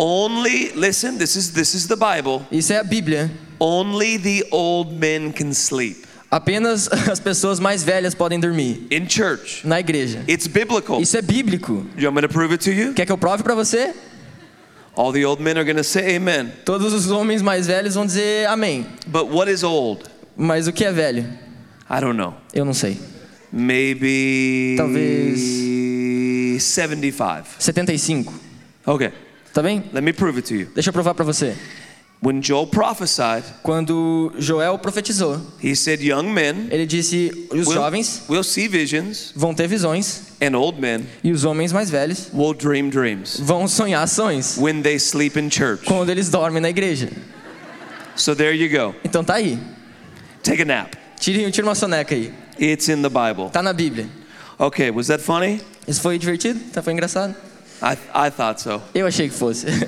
B: Only listen, this is this is the Bible.
C: Isso é a Bíblia.
B: Only the old men can sleep
C: Apenas [LAUGHS] as pessoas mais velhas podem dormir
B: in church.
C: na igreja.
B: It's biblical.
C: Isso é bíblico.
B: You want me to prove it to you?
C: Quer que eu prove pra você?
B: All the old men are going to say amen.
C: Todos os homens mais velhos vão dizer amém.
B: But what is old?
C: Mas o que é velho?
B: I don't know.
C: Eu não sei.
B: Maybe
C: Talvez-
B: 75.
C: 75.
B: Okay.
C: Tá bem?
B: Let me prove it to you.
C: Deixa eu provar pra você.
B: When Joel prophesied,
C: Quando Joel profetizou,
B: he said young men
C: ele disse: os
B: will,
C: jovens
B: will see visions
C: vão ter visões
B: and old men
C: e os homens mais velhos
B: will dream dreams
C: vão sonhar sonhos
B: when they sleep in church.
C: quando eles dormem na igreja.
B: So there you go.
C: Então tá aí.
B: Take a nap.
C: Tire, tire uma soneca aí.
B: It's in the Bible.
C: Tá na Bíblia.
B: Okay, was that funny?
C: Isso foi divertido? Tá, foi engraçado?
B: I, I thought so.
C: Eu achei que fosse. [LAUGHS]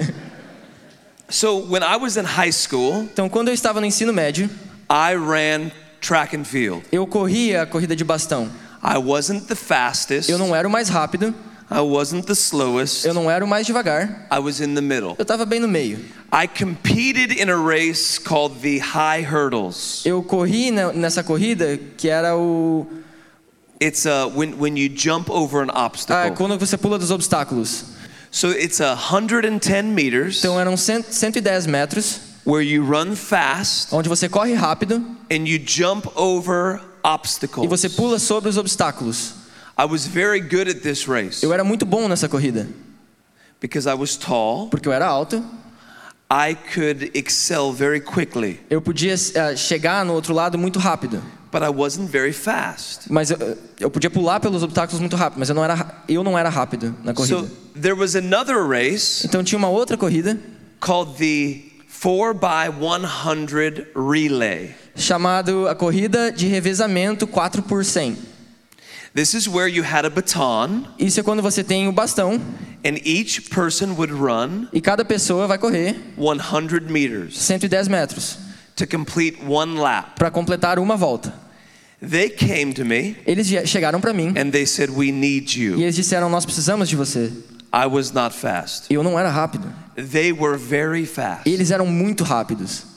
B: So when I was in high school,
C: Então, quando eu estava no ensino médio,
B: I ran track and field.
C: eu corria a corrida de bastão.
B: I wasn't the fastest.
C: Eu não era o mais rápido,
B: I wasn't the slowest.
C: eu não era o mais devagar,
B: I was in the middle.
C: eu estava bem no meio.
B: I competed in a race called the High Hurdles.
C: Eu corri ne- nessa corrida que era o.
B: It's uh, when, when you jump over an
C: Ah,
B: obstacle.
C: quando você pula dos obstáculos.
B: So it's 110 meters
C: Então eram 100, 110 metros,
B: where you run fast
C: onde você corre rápido
B: and you jump over
C: e você
B: obstacles.
C: pula sobre os obstáculos.
B: I was very good at this race
C: Eu era muito bom nessa corrida,
B: because I was tall.
C: porque eu era alto,
B: I could excel very quickly,
C: eu podia eh, chegar no outro lado muito rápido.
B: but I wasn't very fast.
C: Mas eu, eu podia pular pelos obstáculos muito rápido, mas eu não era, ra- eu não era rápido na corrida.
B: So there was another race
C: Então tinha uma outra corrida
B: called the 4 by 100 relay.
C: chamado a corrida de revezamento 4 por 100.
B: This is where you had a baton
C: Isso é quando você tem o bastão
B: and each person would run
C: e cada pessoa vai correr
B: 100 meters
C: 110 metros
B: to complete one lap.
C: para completar uma volta.
B: They came to me
C: Eles vie- chegaram para mim
B: and they said, We need
C: e
B: you.
C: eles disseram: "Nós precisamos de você".
B: I was not fast.
C: Eu não era rápido.
B: They were very fast.
C: Eles eram muito rápidos.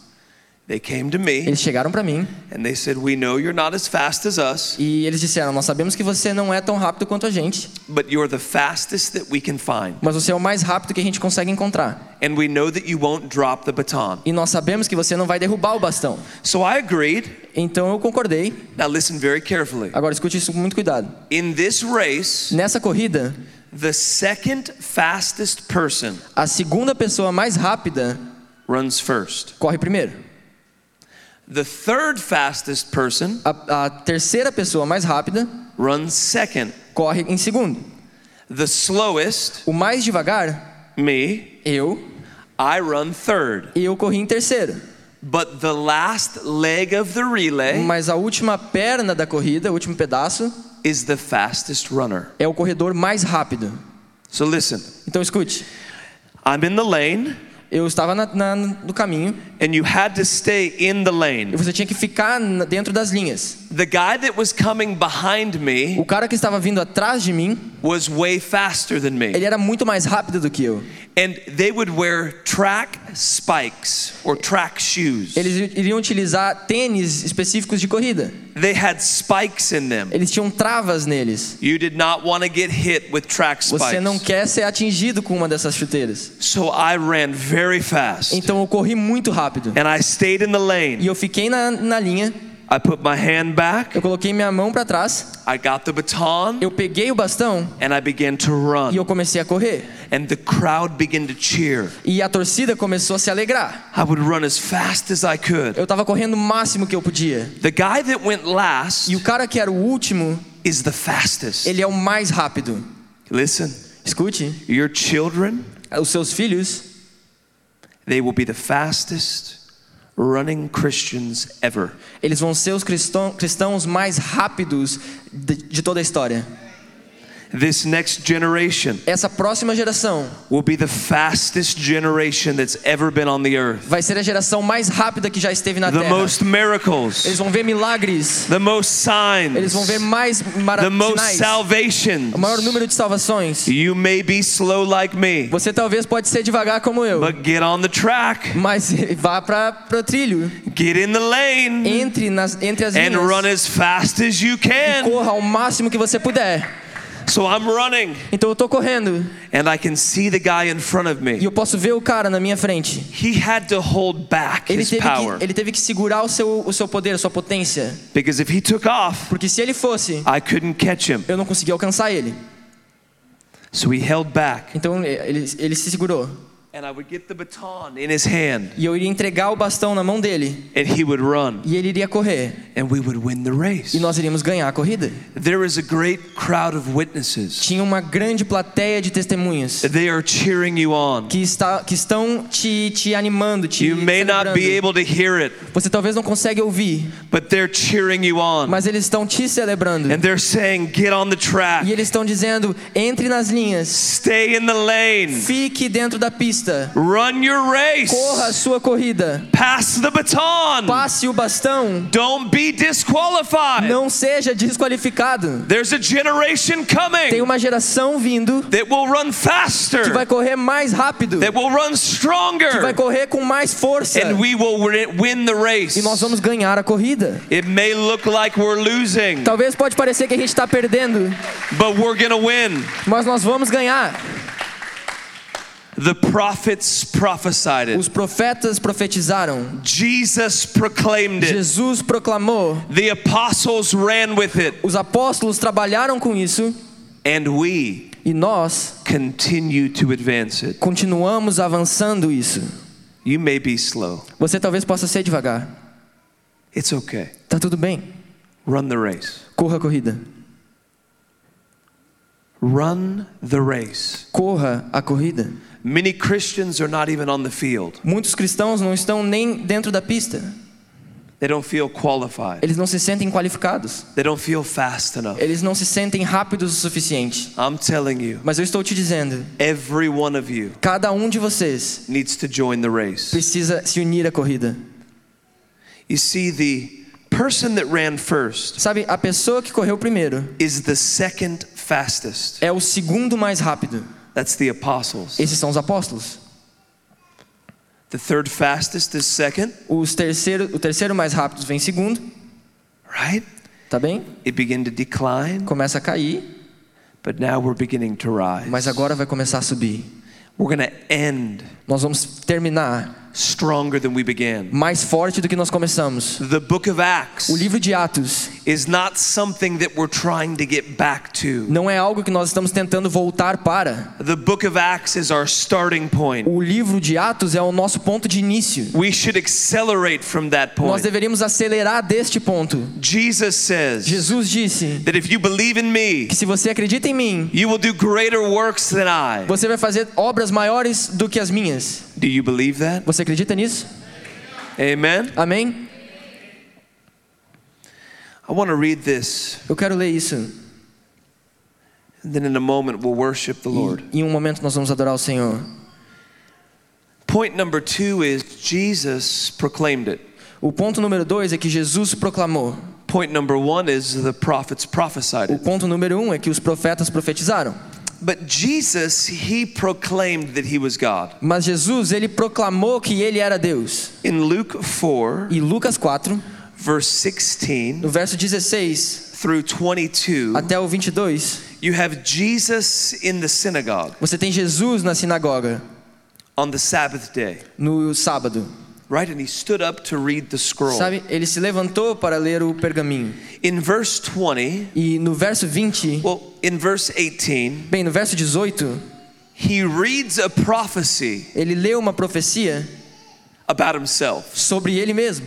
B: They came to me
C: Eles chegaram para mim
B: and they said, We know you're not as fast as us,
C: e eles disseram: "Nós sabemos que você não é tão rápido quanto a gente,
B: but you're the fastest that we can find.
C: mas você é o mais rápido que a gente consegue encontrar.
B: And we know that you won't drop the baton.
C: E nós sabemos que você não vai derrubar o bastão".
B: So I agreed.
C: Então eu concordei.
B: Now listen very carefully.
C: Agora escute isso com muito cuidado.
B: In this race,
C: Nessa corrida,
B: the second fastest person
C: a segunda pessoa mais rápida
B: runs first.
C: corre primeiro.
B: The third fastest person
C: A, a terceira pessoa mais rápida
B: runs second.
C: corre em segundo.
B: The slowest,
C: O mais devagar,
B: me,
C: eu,
B: I run third.
C: e eu corri em terceiro.
B: But the last leg of the relay
C: Mas a última perna da corrida, o último pedaço,
B: is the fastest runner.
C: é o corredor mais rápido.
B: So listen,
C: Então escute,
B: I'm in the lane,
C: eu estava na, na- no caminho
B: and you had to stay in the
C: e
B: lane.
C: você tinha que ficar na- dentro das linhas.
B: The guy that was coming behind me
C: O cara que estava vindo atrás de mim,
B: was way faster than
C: ele
B: me.
C: era muito mais rápido do que eu.
B: And they would wear track spikes or track shoes.
C: Eles iriam utilizar tênis específicos de corrida.
B: They had spikes in them.
C: Eles tinham travas neles.
B: You did not want to get hit with track
C: Você não
B: spikes.
C: quer ser atingido com uma dessas chuteiras.
B: So I ran very fast.
C: Então eu corri muito rápido.
B: And I stayed in the
C: E
B: lane.
C: eu fiquei na, na linha,
B: I put my hand back,
C: eu coloquei minha mão para trás,
B: I got the baton,
C: eu peguei o bastão
B: and I began to
C: e eu
B: run.
C: comecei a correr.
B: And the crowd began to cheer.
C: E a torcida começou a se alegrar.
B: I would run as fast as I could.
C: Eu tava correndo o máximo que eu podia.
B: The guy that went last
C: E o cara que era o último,
B: is the fastest.
C: ele é o mais rápido.
B: Listen,
C: Escute,
B: your children,
C: os seus filhos,
B: they will be the fastest running Christians ever.
C: eles vão ser os cristão- cristãos mais rápidos de, de toda a história.
B: This next generation
C: Essa próxima geração
B: will be the fastest generation that's ever been on the earth.
C: vai ser a geração mais rápida que já esteve na
B: The
C: Terra.
B: most
C: Eles
B: miracles,
C: vão ver milagres,
B: the most signs,
C: eles vão ver mais
B: the most
C: maravilhas,
B: salvations.
C: o maior número de salvações.
B: You may be slow like me,
C: Você talvez pode ser devagar como eu,
B: but get on the track,
C: mas [LAUGHS] vá para o trilho,
B: get in the lane,
C: entre, nas, entre as
B: and
C: linhas.
B: run as fast as you can.
C: Corra o máximo que você puder.
B: So I'm running,
C: Então eu tô correndo
B: and I can see the guy in front of
C: e
B: me.
C: eu posso ver o cara na minha frente.
B: He had to hold back
C: Ele
B: his
C: teve,
B: power
C: que, ele teve que segurar o seu, o seu poder, a sua potência.
B: because if he took off,
C: Porque se ele fosse,
B: I couldn't catch him.
C: eu não conseguia alcançar ele.
B: So he held back,
C: Então ele, ele se segurou.
B: and I would get the baton in his hand,
C: E eu iria entregar o bastão na mão dele.
B: and he would run,
C: E ele iria correr.
B: and we would win the race.
C: E nós iríamos ganhar a corrida.
B: There is a great crowd of witnesses.
C: Tinha uma grande plateia de testemunhas
B: They are cheering you on.
C: que, está, que estão te, te animando, te
B: You may not be
C: celebrando.
B: able to hear it,
C: Você talvez não consegue ouvir,
B: but they're cheering you on.
C: mas eles estão te celebrando.
B: And they're saying, get on the track,
C: E eles estão dizendo: entre nas linhas,
B: stay in the lane,
C: fique dentro da pista,
B: run your
C: corra a
B: race,
C: sua corrida,
B: pass the baton,
C: passe o bastão,
B: don't be disqualified.
C: não seja desqualificado.
B: There's a generation
C: Tem
B: coming
C: uma geração vindo
B: that will run
C: que vai
B: faster,
C: correr mais rápido,
B: that
C: que
B: will run
C: vai
B: stronger,
C: correr com mais força.
B: and we will win win the
C: E nós
B: race.
C: vamos ganhar a corrida.
B: It may look like we're losing,
C: Talvez pode parecer que a gente está perdendo,
B: but we're going to win.
C: mas nós vamos ganhar.
B: The prophets prophesied
C: Os
B: it.
C: profetas profetizaram,
B: Jesus proclaimed it.
C: Jesus proclamou,
B: The apostles ran with it.
C: os apóstolos trabalharam com isso
B: And we
C: e nós
B: continue to advance it.
C: continuamos avançando isso.
B: You may be slow.
C: Você talvez possa ser devagar.
B: It's okay.
C: Tá tudo bem.
B: Run the race.
C: Corra a corrida.
B: Run the race.
C: Corra a corrida.
B: Many Christians are not even on the field,
C: Muitos cristãos não estão nem dentro da pista.
B: they don't feel qualified,
C: Eles não se sentem qualificados.
B: they don't feel fast enough.
C: Eles não se sentem rápidos o suficiente.
B: I'm telling you,
C: Mas eu estou te dizendo,
B: every one of you
C: cada um de vocês
B: needs to join the race.
C: precisa se unir à corrida.
B: You see, the person that ran first
C: Sabe, a pessoa que correu primeiro
B: is the second fastest.
C: é o segundo mais rápido.
B: That's the apostles.
C: Esses são os apóstolos.
B: The third fastest is second,
C: Os terceiro, o terceiro mais rápido vem segundo,
B: right?
C: tá bem?
B: It began to decline,
C: Começa a cair,
B: but now we're beginning to rise.
C: mas agora vai começar a subir.
B: We're going to end
C: Nós vamos terminar
B: stronger than we began.
C: mais forte do que nós começamos.
B: The book of Acts
C: O livro de Atos
B: is not something that we're trying to get back to.
C: não é algo que nós estamos tentando voltar para.
B: The book of Acts is our starting point.
C: O livro de Atos é o nosso ponto de início.
B: We should accelerate from that
C: Nós
B: point.
C: deveríamos acelerar deste ponto.
B: Jesus says
C: Jesus disse
B: that if you believe in me,
C: que se você acredita em mim,
B: you will do greater works than I.
C: você vai fazer obras maiores do que as minhas.
B: Do you believe that?
C: Você acredita nisso?
B: Amen.
C: Amém?
B: I want to read this,
C: Eu quero ler isso.
B: and then in a moment we'll worship the Lord.
C: E em um momento nós vamos adorar o Senhor.
B: Point number two is Jesus proclaimed it.
C: O ponto número dois é que Jesus proclamou.
B: Point number one is the prophets prophesied.
C: O
B: it.
C: ponto número um é que os profetas profetizaram.
B: But Jesus, he proclaimed that he was God.
C: Mas Jesus, ele proclamou que ele era Deus.
B: In Luke 4,
C: E Lucas 4,
B: verse 16
C: no verso 16
B: through 22,
C: até o 22,
B: you have Jesus in the synagogue
C: você tem Jesus na sinagoga
B: on the Sabbath day,
C: no sábado.
B: right? And he stood up to read the scroll.
C: Sabe? Ele se levantou para ler o pergaminho.
B: In verse 20,
C: E no verso 20,
B: well, in verse 18,
C: bem, no verso 18,
B: he reads a prophecy
C: ele leu uma profecia
B: about himself.
C: sobre ele mesmo.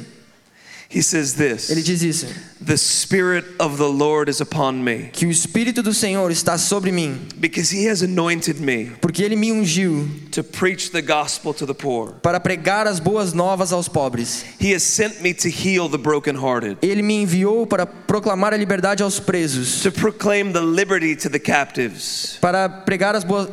B: He says
C: Ele
B: this
C: diz isso:
B: The Spirit of the Lord is upon me
C: que o espírito do Senhor está sobre mim,
B: because he has anointed me
C: porque ele me ungiu
B: to preach the gospel to the poor.
C: para pregar as boas novas aos pobres.
B: He has sent me to heal the brokenhearted,
C: Ele me enviou para proclamar a liberdade aos presos,
B: to proclaim the liberty to the captives,
C: para pregar as boas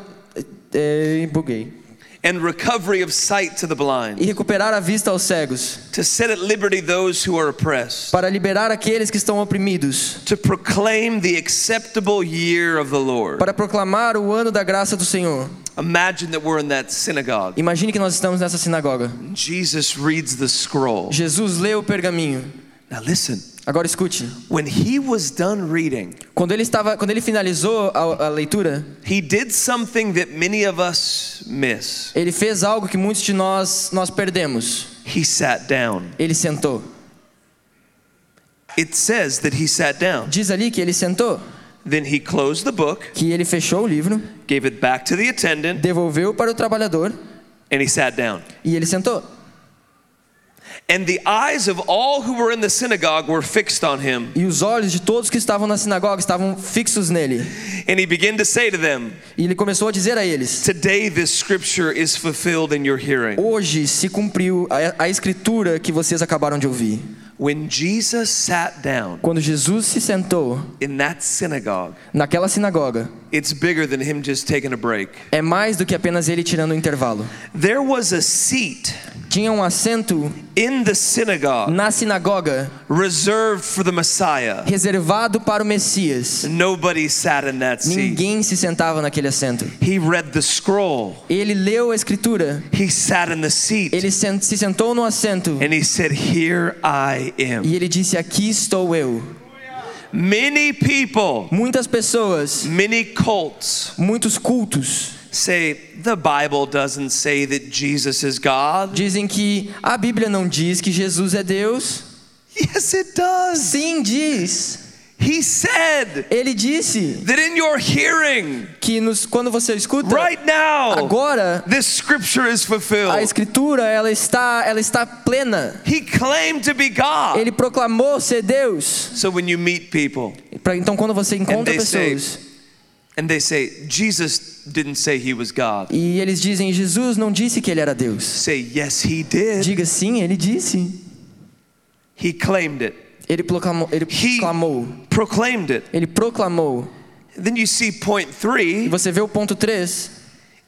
C: é, buguei.
B: and recovery of sight to the
C: e
B: blind,
C: recuperar a vista aos cegos,
B: to set at liberty those who are oppressed,
C: para liberar aqueles que estão oprimidos,
B: to proclaim the acceptable year of the Lord.
C: para proclamar o ano da graça do Senhor.
B: Imagine that we're in that synagogue.
C: Imagine que nós estamos nessa sinagoga.
B: Jesus reads the scroll.
C: Jesus lê o pergaminho.
B: Now listen,
C: Agora escute.
B: when he was done reading,
C: Quando ele estava, quando ele finalizou a, a leitura,
B: he did something that many of us miss.
C: ele fez algo que muitos de nós nós perdemos.
B: He sat down.
C: Ele sentou.
B: It says that he sat down.
C: Diz ali que ele sentou,
B: Then he closed the book,
C: que ele fechou o livro,
B: gave it back to the attendant,
C: devolveu para o trabalhador
B: and he sat down.
C: e ele sentou.
B: And the eyes of all who were in the synagogue were fixed on him.
C: E os olhos de todos que estavam na sinagoga estavam fixos nele.
B: And he began to say to them,
C: E ele começou a dizer a eles:
B: Today this scripture is fulfilled in your hearing.
C: Hoje se cumpriu a, a escritura que vocês acabaram de ouvir.
B: When Jesus sat down
C: Quando Jesus se sentou
B: in that synagogue,
C: naquela sinagoga,
B: it's bigger than him just taking a break.
C: é mais do que apenas ele tirando um intervalo.
B: There was a seat
C: Tinha um assento
B: in the synagogue
C: na sinagoga
B: reserved for the Messiah.
C: reservado para o Messias.
B: Nobody sat in that seat.
C: Ninguém se sentava naquele assento.
B: He read the scroll.
C: Ele leu a escritura,
B: He sat in the seat
C: ele sen- se sentou no assento
B: and he said, Here I am.
C: e ele disse: Aqui estou eu.
B: Many people,
C: Muitas pessoas,
B: many cults
C: muitos cultos,
B: say the Bible doesn't say that Jesus is God.
C: dizem que a Bíblia não diz que Jesus é Deus.
B: Yes, it does.
C: Sim, diz.
B: He said
C: Ele disse.
B: that in your hearing
C: que nos, quando você escuta
B: right now,
C: agora
B: this scripture is
C: a
B: fulfilled.
C: escritura ela está ela está plena
B: He claimed to be God.
C: ele proclamou ser Deus
B: So when you meet people
C: Pra- então quando você
B: And
C: encontra
B: they say-
C: pessoas
B: and they say, Jesus didn't say he was God,
C: e eles dizem Jesus não disse que ele era Deus
B: say, Yes, he did.
C: diga sim ele disse
B: He claimed it,
C: ele proclamou ele
B: He-
C: proclamou
B: proclaimed it.
C: ele proclamou
B: Then you see, point
C: e
B: three
C: você vê o ponto 3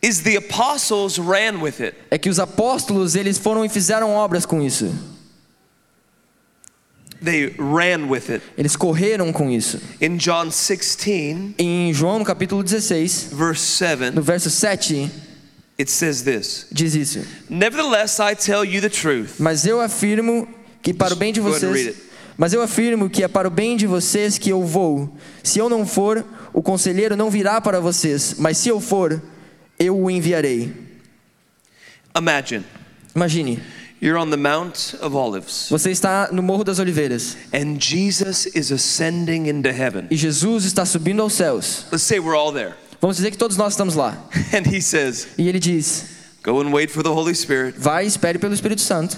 B: is the apostles ran with it.
C: é que os apóstolos eles foram e fizeram obras com isso
B: They ran with it.
C: eles correram com isso
B: In John 16,
C: em João no capítulo 16
B: verse 7,
C: no verso 7
B: it says this
C: diz isso
B: Nevertheless, I tell you the truth.
C: Mas eu afirmo que para o bem de
B: Go ahead and
C: vocês.
B: read it.
C: Mas eu afirmo que é para o bem de vocês que eu vou. Se eu não for, o conselheiro não virá para vocês, mas se eu for, eu o enviarei.
B: Imagine
C: Imagine,
B: you're on the Mount of Olives,
C: você está no Morro das Oliveiras
B: and Jesus is ascending into heaven.
C: e Jesus está subindo aos céus.
B: Let's say we're all there. [LAUGHS]
C: Vamos dizer que todos nós estamos lá.
B: And he says,
C: E ele diz:
B: Go and wait for the Holy Spirit,
C: Vai, espere pelo Espírito Santo.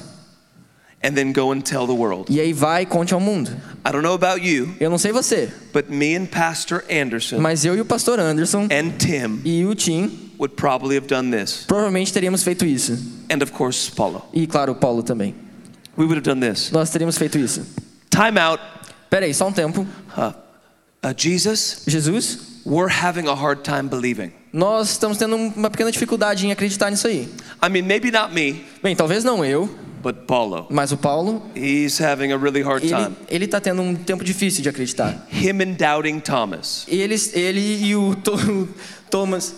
B: and then go and tell the world.
C: E aí vai e conte ao mundo.
B: I don't know about you,
C: Eu não sei você,
B: but me and Pastor Anderson
C: mas eu e o pastor Anderson
B: and Tim
C: e o Tim
B: would probably have done this.
C: provavelmente teríamos feito isso.
B: And of course, Paulo.
C: E claro, o Paulo também.
B: We would have done this.
C: Nós teríamos feito isso.
B: Time out.
C: Pera aí, só um tempo.
B: Uh, uh, Jesus,
C: Jesus,
B: we're having a hard time believing.
C: nós um, estamos tendo uma pequena dificuldade em acreditar nisso aí.
B: I mean, maybe not me,
C: Bem, talvez não eu,
B: but Paulo.
C: Mas o Paulo,
B: He's having a really hard time.
C: ele, ele tá tendo um tempo difícil de acreditar.
B: Him and doubting Thomas.
C: Ele, ele e o, To- o Thomas,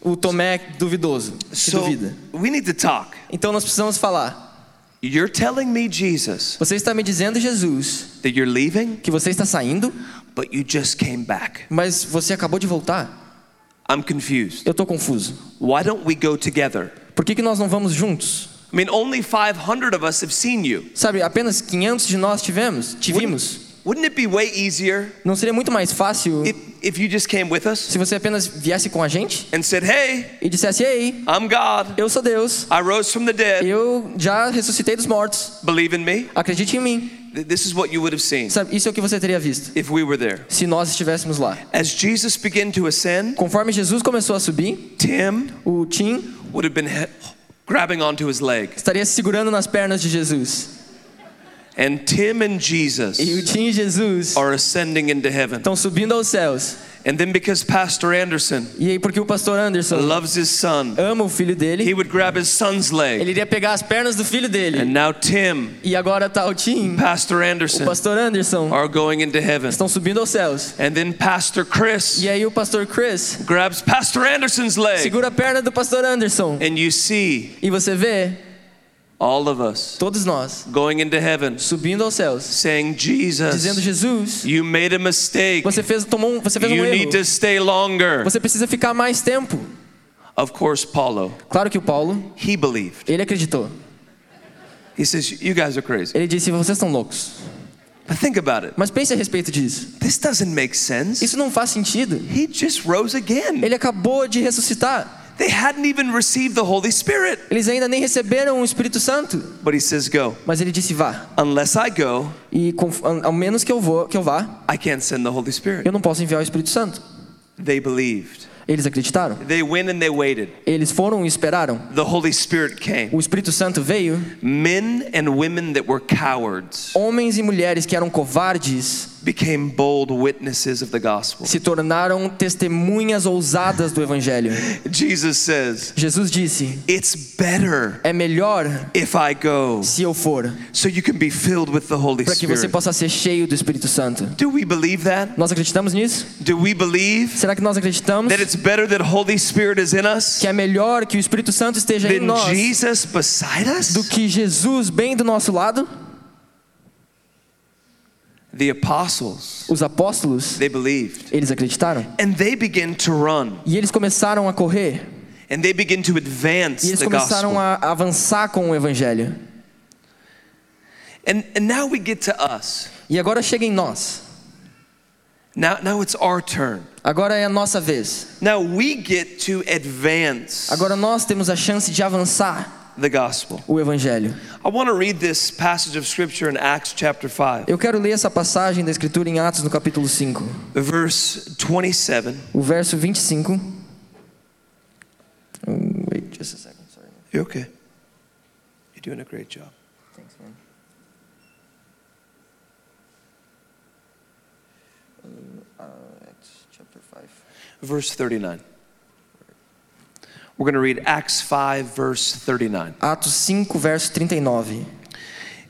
C: o Tomé duvidoso, que
B: So
C: duvida.
B: we need to talk.
C: Então nós precisamos falar.
B: You're telling me, Jesus,
C: Você está me dizendo, Jesus,
B: that you're leaving,
C: que você está saindo,
B: but you just came back.
C: mas você acabou de voltar.
B: I'm confused.
C: Eu tô confuso.
B: Why don't we go together?
C: Por que, que nós não vamos juntos?
B: I mean, only 500 of us have seen you.
C: Sabe, apenas 500 de nós tivemos, tivemos.
B: Wouldn't it be way easier
C: Não seria muito mais fácil
B: if, if you just came with us
C: se você apenas viesse com a gente
B: and said, Hey,
C: e dissesse: "Ei,
B: I'm God.
C: eu sou Deus,
B: I rose from the dead.
C: eu já ressuscitei dos mortos,
B: Believe in me.
C: acredite em mim".
B: Th- This is what you would have seen
C: Sabe, isso é o que você teria visto
B: if we were there.
C: se nós estivéssemos lá.
B: As Jesus began to ascend,
C: Conforme Jesus começou a subir,
B: Tim
C: o Tim
B: would have been he- grabbing onto his leg.
C: estaria se segurando nas pernas de Jesus.
B: And Tim and
C: E o
B: Jesus
C: Tim e Jesus
B: are ascending into heaven.
C: estão subindo aos céus.
B: And then because Pastor Anderson
C: E aí porque o pastor Anderson
B: loves his son,
C: ama o filho
B: he
C: dele,
B: would grab his son's
C: ele
B: leg.
C: iria pegar as pernas do filho dele.
B: And now Tim,
C: E agora tá o Tim,
B: Pastor
C: o
B: Anderson
C: pastor Anderson
B: are going into heaven.
C: estão subindo aos céus.
B: And then Pastor Chris
C: E aí o pastor Chris
B: grabs Pastor Anderson's leg.
C: segura a perna do pastor Anderson.
B: And you see
C: E você vê
B: all of us
C: todos nós
B: going into heaven
C: subindo aos céus,
B: saying,
C: dizendo
B: Jesus,
C: Jesus,
B: you made a mistake.
C: você fez tomou, um- você fez um
B: You need
C: erro.
B: to stay longer.
C: Você precisa ficar mais tempo.
B: Of course, Paulo,
C: Claro que o Paulo,
B: he believed.
C: ele acreditou.
B: He says, You guys are crazy.
C: Ele disse: "Vocês estão loucos".
B: But think about it.
C: Mas pense a respeito disso.
B: This doesn't make sense.
C: Isso não faz sentido.
B: He just rose again.
C: Ele acabou de ressuscitar.
B: They hadn't even received the Holy Spirit.
C: Eles ainda nem receberam o Espírito Santo,
B: But he says, Go.
C: mas ele disse: "Vá".
B: Unless I go,
C: E com, ao menos que eu vou, que eu vá,
B: I can't send the Holy Spirit.
C: eu não posso enviar o Espírito Santo.
B: They believed.
C: Eles acreditaram.
B: They went and they waited.
C: Eles foram e esperaram.
B: The Holy Spirit came.
C: O Espírito Santo veio.
B: Men and women that were cowards
C: Homens e mulheres que eram covardes
B: became bold witnesses of the gospel.
C: se tornaram testemunhas ousadas do Evangelho.
B: Jesus says,
C: Jesus disse:
B: It's better
C: É melhor
B: if I go
C: se eu for,
B: so you can be filled with the Holy
C: para que você
B: Spirit.
C: possa ser cheio do Espírito Santo.
B: Do we believe that?
C: Nós acreditamos nisso?
B: Do we believe
C: Será que nós acreditamos
B: that it's better that Holy Spirit is in us
C: que é melhor que o Espírito Santo esteja em
B: than
C: nós
B: Jesus beside
C: do
B: us?
C: que Jesus bem do nosso lado?
B: The apostles,
C: Os apóstolos,
B: they believed.
C: eles acreditaram.
B: And they begin to run
C: E eles começaram a correr,
B: and they begin to advance
C: e eles
B: the gospel.
C: começaram a avançar com o Evangelho.
B: And, and now we get to us.
C: E agora chega em nós.
B: Now, now it's our turn.
C: Agora é a nossa vez.
B: Now we get to advance
C: Agora nós temos a chance de avançar
B: the gospel.
C: o evangelho.
B: I want to read this passage of scripture in Acts chapter 5,
C: Eu quero ler essa passagem da escritura em Atos no capítulo 5,
B: verse 27.
C: o verso 25. Oh, Wait just a second, sorry.
B: You're okay. You're doing a great job.
C: Thanks, man. Uh, Acts chapter 5.
B: Verse 39. We're going to read Acts 5, verse 39,
C: Atos 5, verso 39,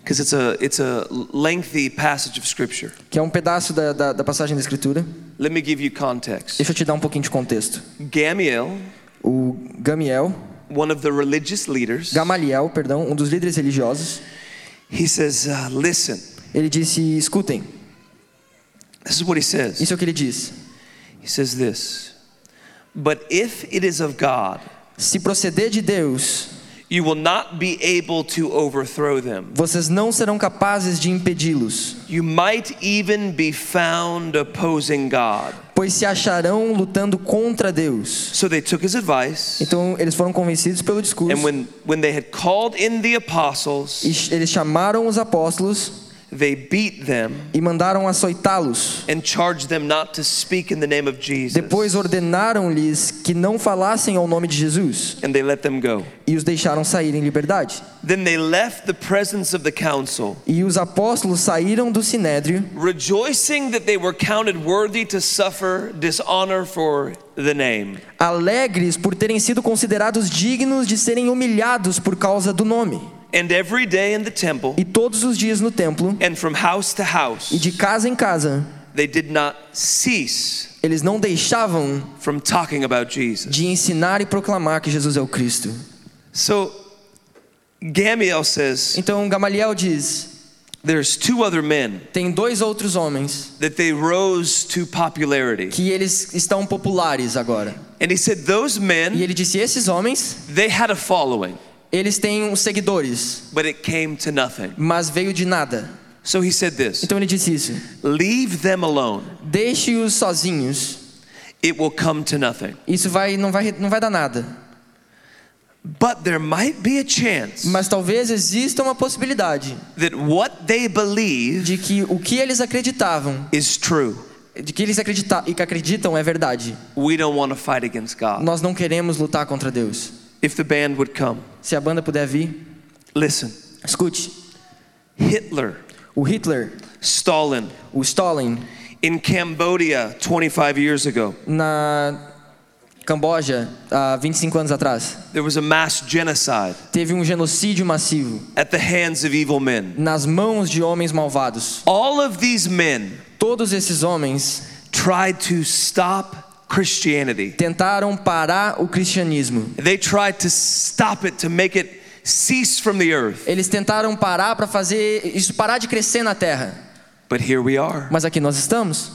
B: because it's a, it's a lengthy passage of scripture.
C: que é um pedaço da, da, da passagem da escritura.
B: Let me give you context.
C: Deixa eu te dar um pouquinho de contexto.
B: Gamaliel,
C: O Gamiel,
B: one of the religious leaders,
C: Gamaliel, perdão, um dos líderes religiosos,
B: he says, uh, Listen,
C: ele disse: escutem,
B: this is what he says.
C: isso é o que ele diz.
B: He says this But if it is of God,
C: Se proceder de Deus,
B: you will not be able to overthrow them.
C: vocês não serão capazes de impedi-los,
B: You might even be found opposing God.
C: pois se acharão lutando contra Deus.
B: So they took his advice,
C: Então eles foram convencidos pelo
B: and
C: discurso
B: when, when they had called in the apostles,
C: e ch- eles chamaram os apóstolos
B: they beat them
C: e mandaram açoitá-los.
B: and charged them not to speak in the name of Jesus.
C: Depois ordenaram-lhes que não falassem ao nome de Jesus
B: And they let them go.
C: e os deixaram sair em liberdade.
B: Then they left the presence of the council,
C: E os apóstolos saíram do sinédrio,
B: rejoicing that they were counted worthy to suffer dishonor for the name.
C: alegres por terem sido considerados dignos de serem humilhados por causa do nome.
B: and every day in the temple
C: e todos os dias no templo
B: and from house to
C: e
B: house,
C: de casa em casa,
B: they did not cease
C: eles não deixavam
B: from talking about Jesus.
C: de ensinar e proclamar que Jesus é o Cristo.
B: So Gamaliel says
C: Então Gamaliel diz:
B: there's two other men
C: tem dois outros homens
B: that they rose to popularity.
C: que eles estão populares agora.
B: And he said those
C: E
B: men
C: ele disse: esses homens,
B: they had a following,
C: eles têm uns seguidores,
B: but it came to nothing.
C: mas veio de nada.
B: So he said this,
C: Então ele disse isso:
B: leave them alone.
C: deixe-os sozinhos.
B: It will come to nothing.
C: Isso vai, não vai, não vai dar nada.
B: But there might be a chance
C: Mas talvez exista uma possibilidade
B: that what they believe
C: de que o que eles acreditavam,
B: is true.
C: de que eles acredita e que acreditam é verdade.
B: We don't want to fight against God.
C: Nós não queremos lutar contra Deus.
B: If the band would come,
C: Se a banda puder vir,
B: listen.
C: escute.
B: Hitler,
C: O Hitler,
B: Stalin
C: o Stalin,
B: in Cambodia 25 years ago,
C: na Camboja, há 25 anos atrás,
B: there was a mass genocide
C: teve um genocídio massivo
B: at the hands of evil men.
C: nas mãos de homens malvados.
B: All of these men
C: Todos esses homens
B: tried to stop Christianity.
C: tentaram parar o cristianismo.
B: They tried to stop it to make it cease from the earth.
C: Eles tentaram parar para fazer isso parar de crescer na terra.
B: But here we are.
C: Mas aqui nós estamos.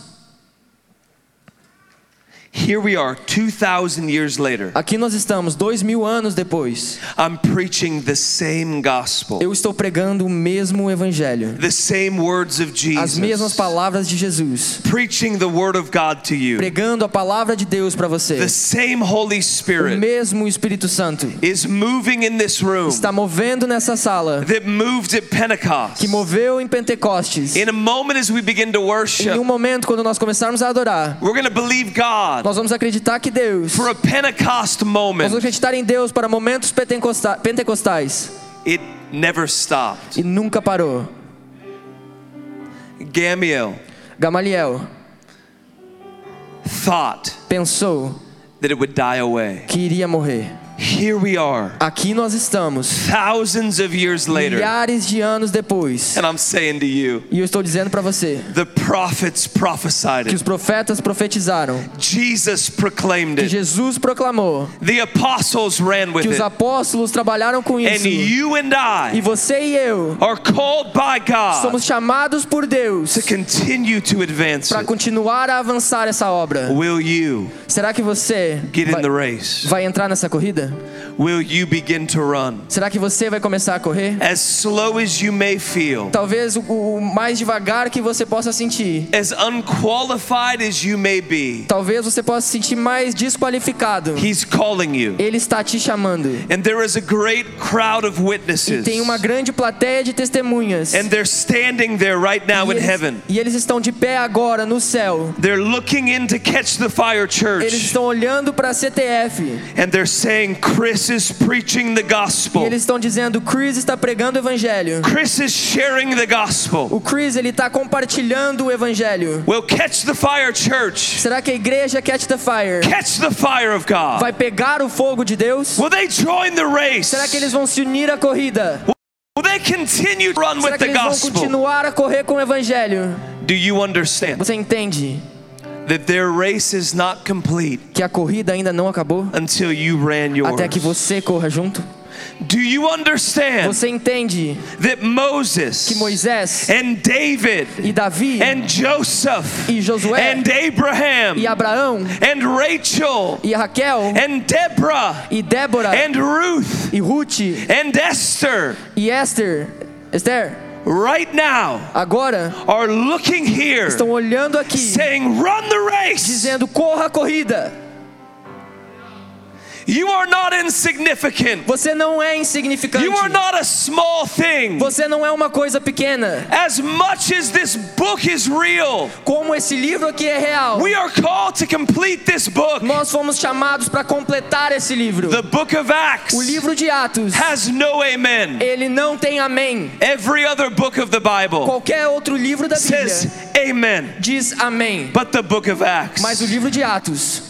B: Here we are 2,000 years later.
C: Aqui nós estamos, dois mil anos depois.
B: I'm preaching the same gospel,
C: Eu estou pregando o mesmo evangelho,
B: the same words of
C: as mesmas
B: Jesus,
C: palavras de Jesus,
B: preaching the word of God to you.
C: pregando a palavra de Deus para você.
B: The same Holy
C: O
B: Spirit
C: mesmo Espírito Santo
B: is moving in this room
C: está movendo nessa sala,
B: that moved at Pentecost.
C: que moveu em Pentecostes.
B: In a moment, as we begin to
C: Em um
B: worship,
C: momento, quando nós começarmos a adorar,
B: we're going to believe God
C: nós vamos acreditar que Deus,
B: for a
C: nós
B: Pentecost
C: vamos
B: moment.
C: acreditar em Deus para momentos pentecosta- pentecostais
B: It never stopped.
C: e nunca parou.
B: Gamaliel
C: Gamaliel
B: thought
C: pensou
B: that it would die away.
C: que iria morrer.
B: Here we are,
C: Aqui nós estamos,
B: thousands of years later.
C: milhares de anos depois,
B: And I'm saying to you,
C: e eu estou dizendo para você
B: the prophets prophesied
C: que
B: it.
C: os profetas profetizaram,
B: Jesus proclaimed
C: que
B: it.
C: Jesus proclamou,
B: The apostles ran with
C: que os
B: it.
C: apóstolos trabalharam com
B: And
C: isso.
B: you and
C: E
B: I
C: você e eu
B: are called by God
C: somos chamados por Deus
B: to continue to advance
C: para
B: it.
C: continuar a avançar essa obra.
B: Will you
C: Será que você
B: get in
C: vai,
B: the race?
C: vai entrar nessa corrida?
B: Will you begin to run?
C: Será que você vai começar a correr?
B: As slow as you may feel,
C: Talvez o, o mais devagar que você possa sentir.
B: as unqualified as you may be,
C: Talvez você possa se sentir mais desqualificado.
B: He's calling you.
C: Ele está te chamando.
B: And there is a great crowd of
C: E
B: witnesses.
C: tem uma grande plateia de testemunhas.
B: And they're standing there right now
C: e,
B: in
C: eles,
B: heaven.
C: e eles estão de pé agora no céu.
B: They're looking in to catch the fire
C: Eles
B: church.
C: estão olhando para a CTF.
B: And they're saying, Chris is preaching the
C: E
B: gospel.
C: eles estão dizendo: Chris está pregando o evangelho.
B: Chris is sharing the gospel.
C: O Chris ele está compartilhando o evangelho.
B: We'll catch the fire church.
C: Será que a igreja Catch the Fire
B: Catch the fire of God.
C: vai pegar o fogo de Deus?
B: Will they join the race?
C: Será que eles vão se unir à corrida?
B: Will they continue to run
C: Será
B: with
C: que
B: the
C: eles vão
B: gospel?
C: continuar a correr com o evangelho?
B: Do you understand
C: Você entende
B: that their race is not complete
C: que a corrida ainda não acabou?
B: until you ran
C: Até que
B: yours?
C: você corra junto?
B: Do you understand
C: Você entende
B: that
C: que
B: Moses
C: Moisés
B: and David
C: e Davi
B: and Joseph
C: e Josué
B: and Abraham
C: e Abraão
B: and Rachel
C: e Raquel
B: and Deborah
C: e Débora
B: and Ruth
C: e Ruth
B: and Esther
C: e Esther, Esther,
B: right now
C: agora
B: are looking here
C: estão olhando aqui
B: saying, Run the race!
C: dizendo: "Corra a corrida!
B: You are not insignificant.
C: Você não é insignificante."
B: You are not a small thing.
C: Você não é uma coisa pequena.
B: As much as this book is real,
C: Como esse livro aqui é real,
B: we are called to complete this book.
C: nós fomos chamados para completar esse livro.
B: The book of Acts
C: O livro de Atos,
B: has no amen.
C: ele não tem amém.
B: Every other book of the Bible
C: Qualquer outro livro da Bíblia
B: says amen.
C: diz amém.
B: But the book of Acts,
C: Mas o livro de Atos,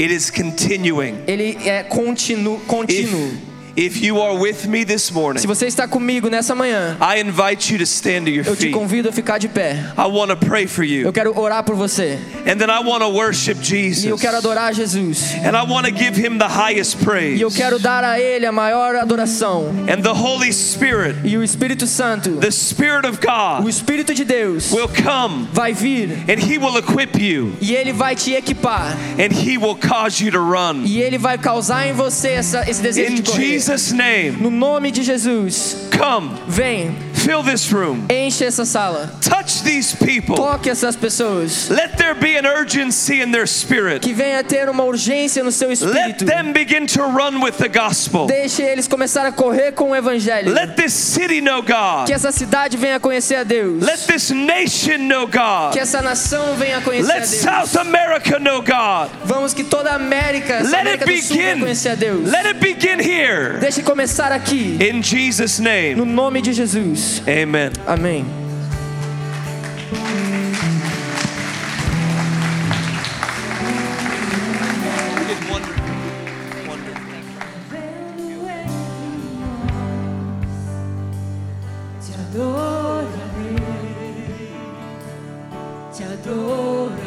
B: it is continuing.
C: ele é contínuo. contínuo.
B: If, If you are with me this morning,
C: Se você está comigo nessa manhã,
B: I invite you to stand to your
C: eu te
B: feet.
C: convido a ficar de pé.
B: I want to pray for
C: Eu
B: you.
C: quero orar por você.
B: And then I want to worship Jesus.
C: E eu quero adorar Jesus.
B: And I want to give him the highest praise.
C: E eu quero dar a Ele a maior adoração.
B: And the Holy Spirit,
C: E o Espírito Santo,
B: the Spirit of
C: o
B: God,
C: Espírito de Deus,
B: will come
C: vai vir
B: and he will equip you
C: e Ele vai te equipar.
B: and he will cause you to run.
C: E Ele vai causar em você essa- esse desejo de
B: In
C: correr.
B: Jesus' name,
C: No nome de Jesus,
B: come,
C: vem,
B: fill this room,
C: enche essa sala,
B: touch these people.
C: toque essas pessoas.
B: Let there be an urgency in their spirit.
C: Que venha ter uma urgência no seu
B: Let
C: espírito.
B: them begin to run with the gospel.
C: Deixe eles começar a correr com o Evangelho.
B: Let this city know God.
C: Que essa cidade venha conhecer a Deus.
B: Let this nation know
C: Que
B: God.
C: essa nação venha conhecer
B: Let
C: a Deus.
B: South America know God.
C: Vamos que toda a América, essa
B: Let it
C: América do Sul venha
B: begin.
C: conhecer a Deus.
B: Let it begin here.
C: Deixe começar aqui,
B: In Jesus'
C: no
B: name.
C: nome de Jesus.
B: Amen.
C: Amém.
D: Te adorarei, te adorarei.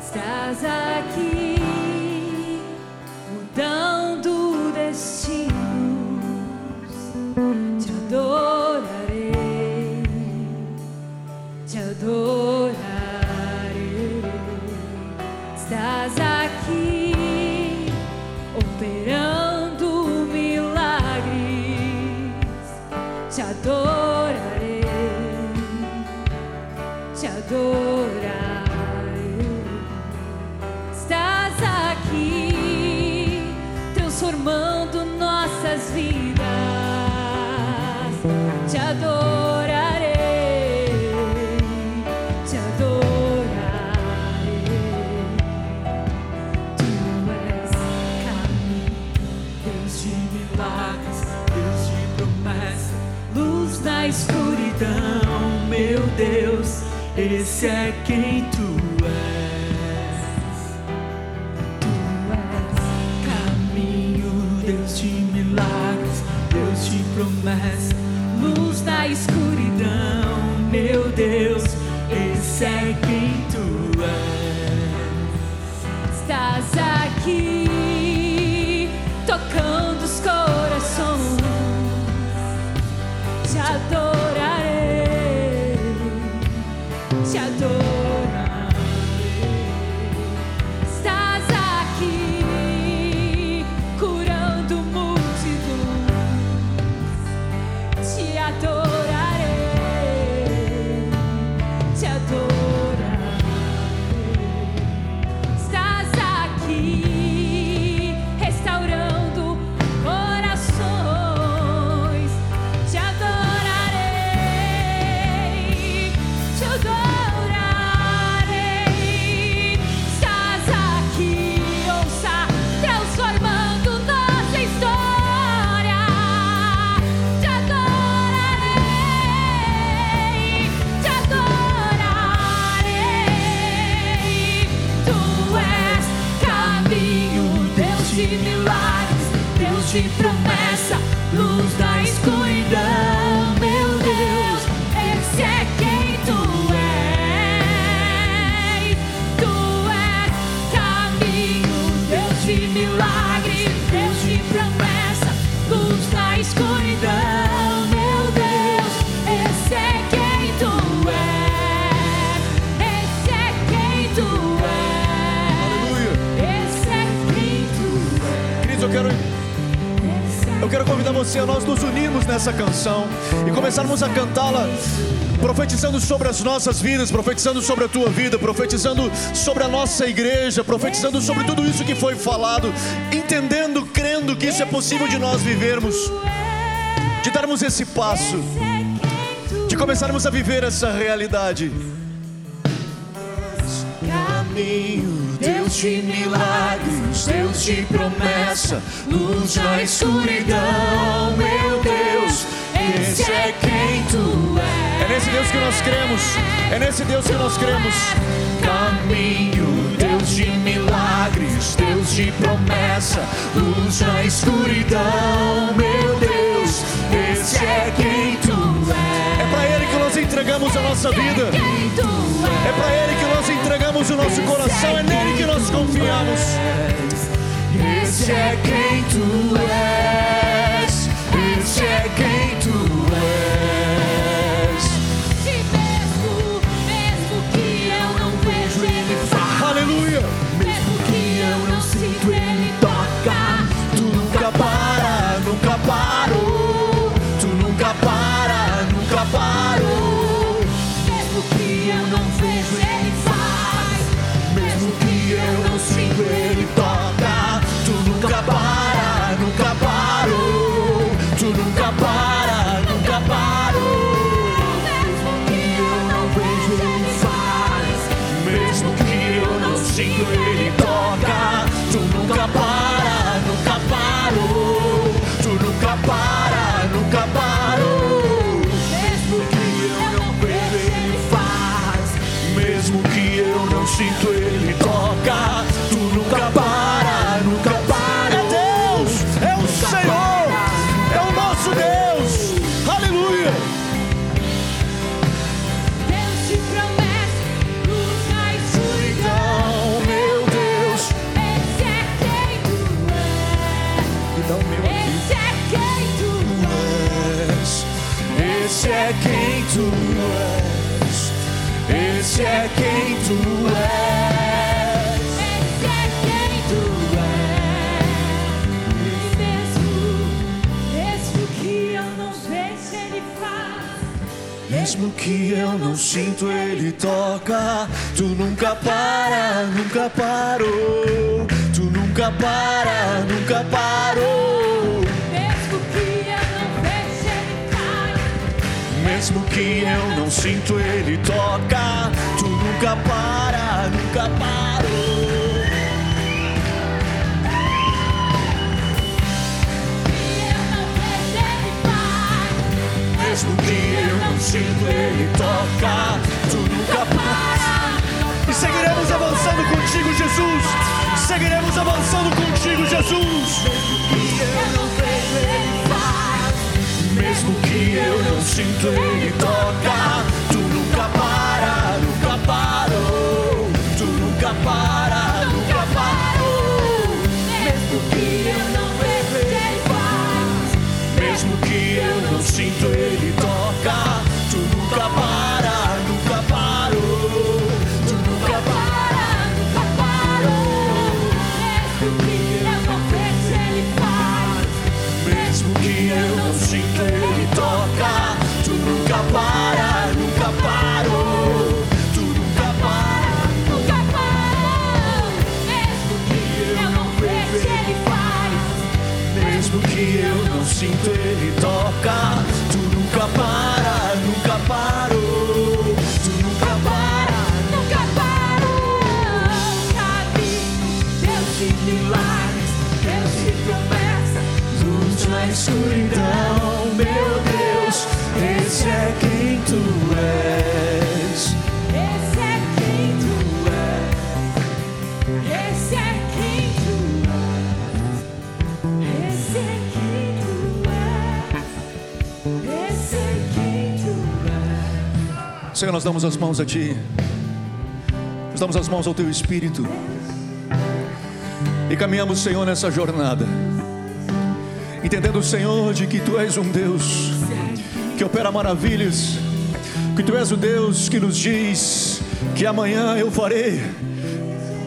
D: Estás aqui mudando destinos. Te adorarei, te adorarei. Estás aqui operando milagres. Te adorarei, te adorarei. Estás aqui transformando nossas vidas. Te adorarei, te adorarei. Tu és caminho, Deus de milagres, Deus de promessas, luz na escuridão, meu Deus, esse é quem tu és. Tu és caminho, Deus de milagres, Deus de promessas, luz na escuridão, meu Deus, esse é quem tu és estás aqui tocando os corações. Te adorarei, te adorarei. Estás aqui curando multidões. Te adorarei, te adorarei. Estás aqui restaurando corações. Te adorarei, te adorarei. Estás aqui, ouça, transformando nossa história. Te adorarei, te adorarei. Tu és caminho, Deus de milagres, Deus de promessa, luz da escuridão, meu Deus, esse é quem tu és. Tu és caminho, Deus de milagres, Deus de promessa, luz da escuridão, meu Deus, esse é quem tu és. Esse é quem tu és.
E: Aleluia.
D: Esse é quem tu és.
E: Queridos, eu quero,
D: Esse é
E: eu quero convidar você a nós nos unirmos nessa canção e começarmos a cantá-la. Profetizando sobre as nossas vidas, profetizando sobre a tua vida, profetizando sobre a nossa igreja, profetizando sobre tudo isso que foi falado, entendendo, crendo que isso é possível de nós vivermos, de darmos esse passo,
D: é
E: de começarmos a viver essa realidade. caminho, Deus de milagres, Deus de promessa, luz na escuridão, meu Deus, esse é quem tu és. É nesse Deus que nós cremos, é nesse Deus que nós cremos. Caminho, Deus de milagres. milagres, Deus de promessa, luz na escuridão, meu Deus, esse é quem tu és. É pra Ele que nós entregamos a nossa vida,
D: Quem tu és?
E: é pra Ele que nós entregamos o nosso coração, é nele que nós confiamos. Esse é quem tu és, esse é quem tu és.
D: Te mesmo, mesmo que eu não vejo, ele faz.
E: Aleluia!
D: Mesmo que eu não sinto, ele toca.
E: Tu nunca para, nunca parou. Tu nunca para, nunca parou.
D: Mesmo que eu não vejo, ele faz. Mesmo que eu não sinto,
E: Ele toca. Tu nunca para, nunca parou. Tu nunca para, nunca parou.
D: mesmo que eu não vejo, ele faz.
E: Mesmo que eu não sinto, Ele toca. Tu nunca para, nunca parou. Tu nunca para, nunca parou.
D: Mesmo que eu não vejo, ele faz.
E: Mesmo que eu não sinto, ele toca. Tu nunca para, nunca para. É Deus, é o Senhor, é o nosso Deus. Aleluia.
D: Deus te promete, luz na escuridão.
E: Então, meu Deus,
D: Esse é quem tu és.
E: me dá o meu aqui.
D: Esse é quem tu és.
E: és. Esse é quem tu és. Esse é quem tu
D: Esse
E: és.
D: é quem tu és. E mesmo, mesmo que eu não vejo, ele faz.
E: Mesmo que eu não sinto, ele toca. Tu nunca para, nunca parou. Tu nunca para, nunca parou.
D: Mesmo que eu não vejo, ele faz.
E: Mesmo que eu não sinto, ele toca. Tu nunca para, nunca parou.
D: E eu não vejo, ele faz.
E: Mesmo que eu não sinto, ele toca. Tu nunca para. E seguiremos avançando contigo, Jesus. Seguiremos avançando contigo, Jesus.
D: Eu não vejo, ele faz.
E: Mesmo que eu não sinto, ele toca. Tu nunca para, nunca parou. Tu nunca para, nunca parou.
D: Mesmo que eu não vejo, ele faz.
E: Mesmo que eu não sinto, ele toca. Tu nunca para, nunca parou. Tu nunca para, nunca
D: Mesmo que eu
E: parou.
D: não vejo, ele faz.
E: Mesmo que eu não sinto, ele toca. Tu nunca para, nunca parou. Tu nunca para.
D: Nunca parou. Mesmo que eu não vejo, ele faz.
E: Mesmo que eu não sinto, ele toca. Tu nunca para, nunca parou. Tu nunca para.
D: Nunca parou. Caminho, Deus de milagres, Deus de promessa.
E: Luz na escuridão, meu Deus, esse é quem tu és.
D: Esse é quem tu és. Esse é quem tu és. Esse é quem tu és. Esse é quem tu
E: Senhor, nós damos as mãos a Ti, nós damos as mãos ao Teu Espírito e caminhamos, Senhor, nessa jornada, entendendo, Senhor, de que Tu és um Deus que opera maravilhas, que Tu és o Deus que nos diz que amanhã eu farei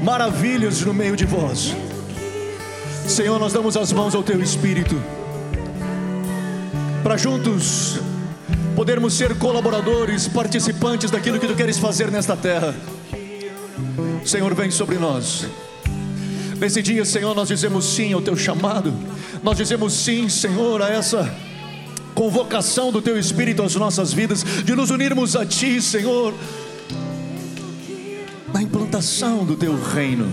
E: maravilhas no meio de vós. Senhor, nós damos as mãos ao Teu Espírito para juntos podermos ser colaboradores, participantes daquilo que tu queres fazer nesta terra. Senhor, vem sobre nós. Nesse dia, Senhor, nós dizemos sim ao teu chamado, nós dizemos sim, Senhor, a essa convocação do teu Espírito às nossas vidas, de nos unirmos a Ti, Senhor, na implantação do teu reino.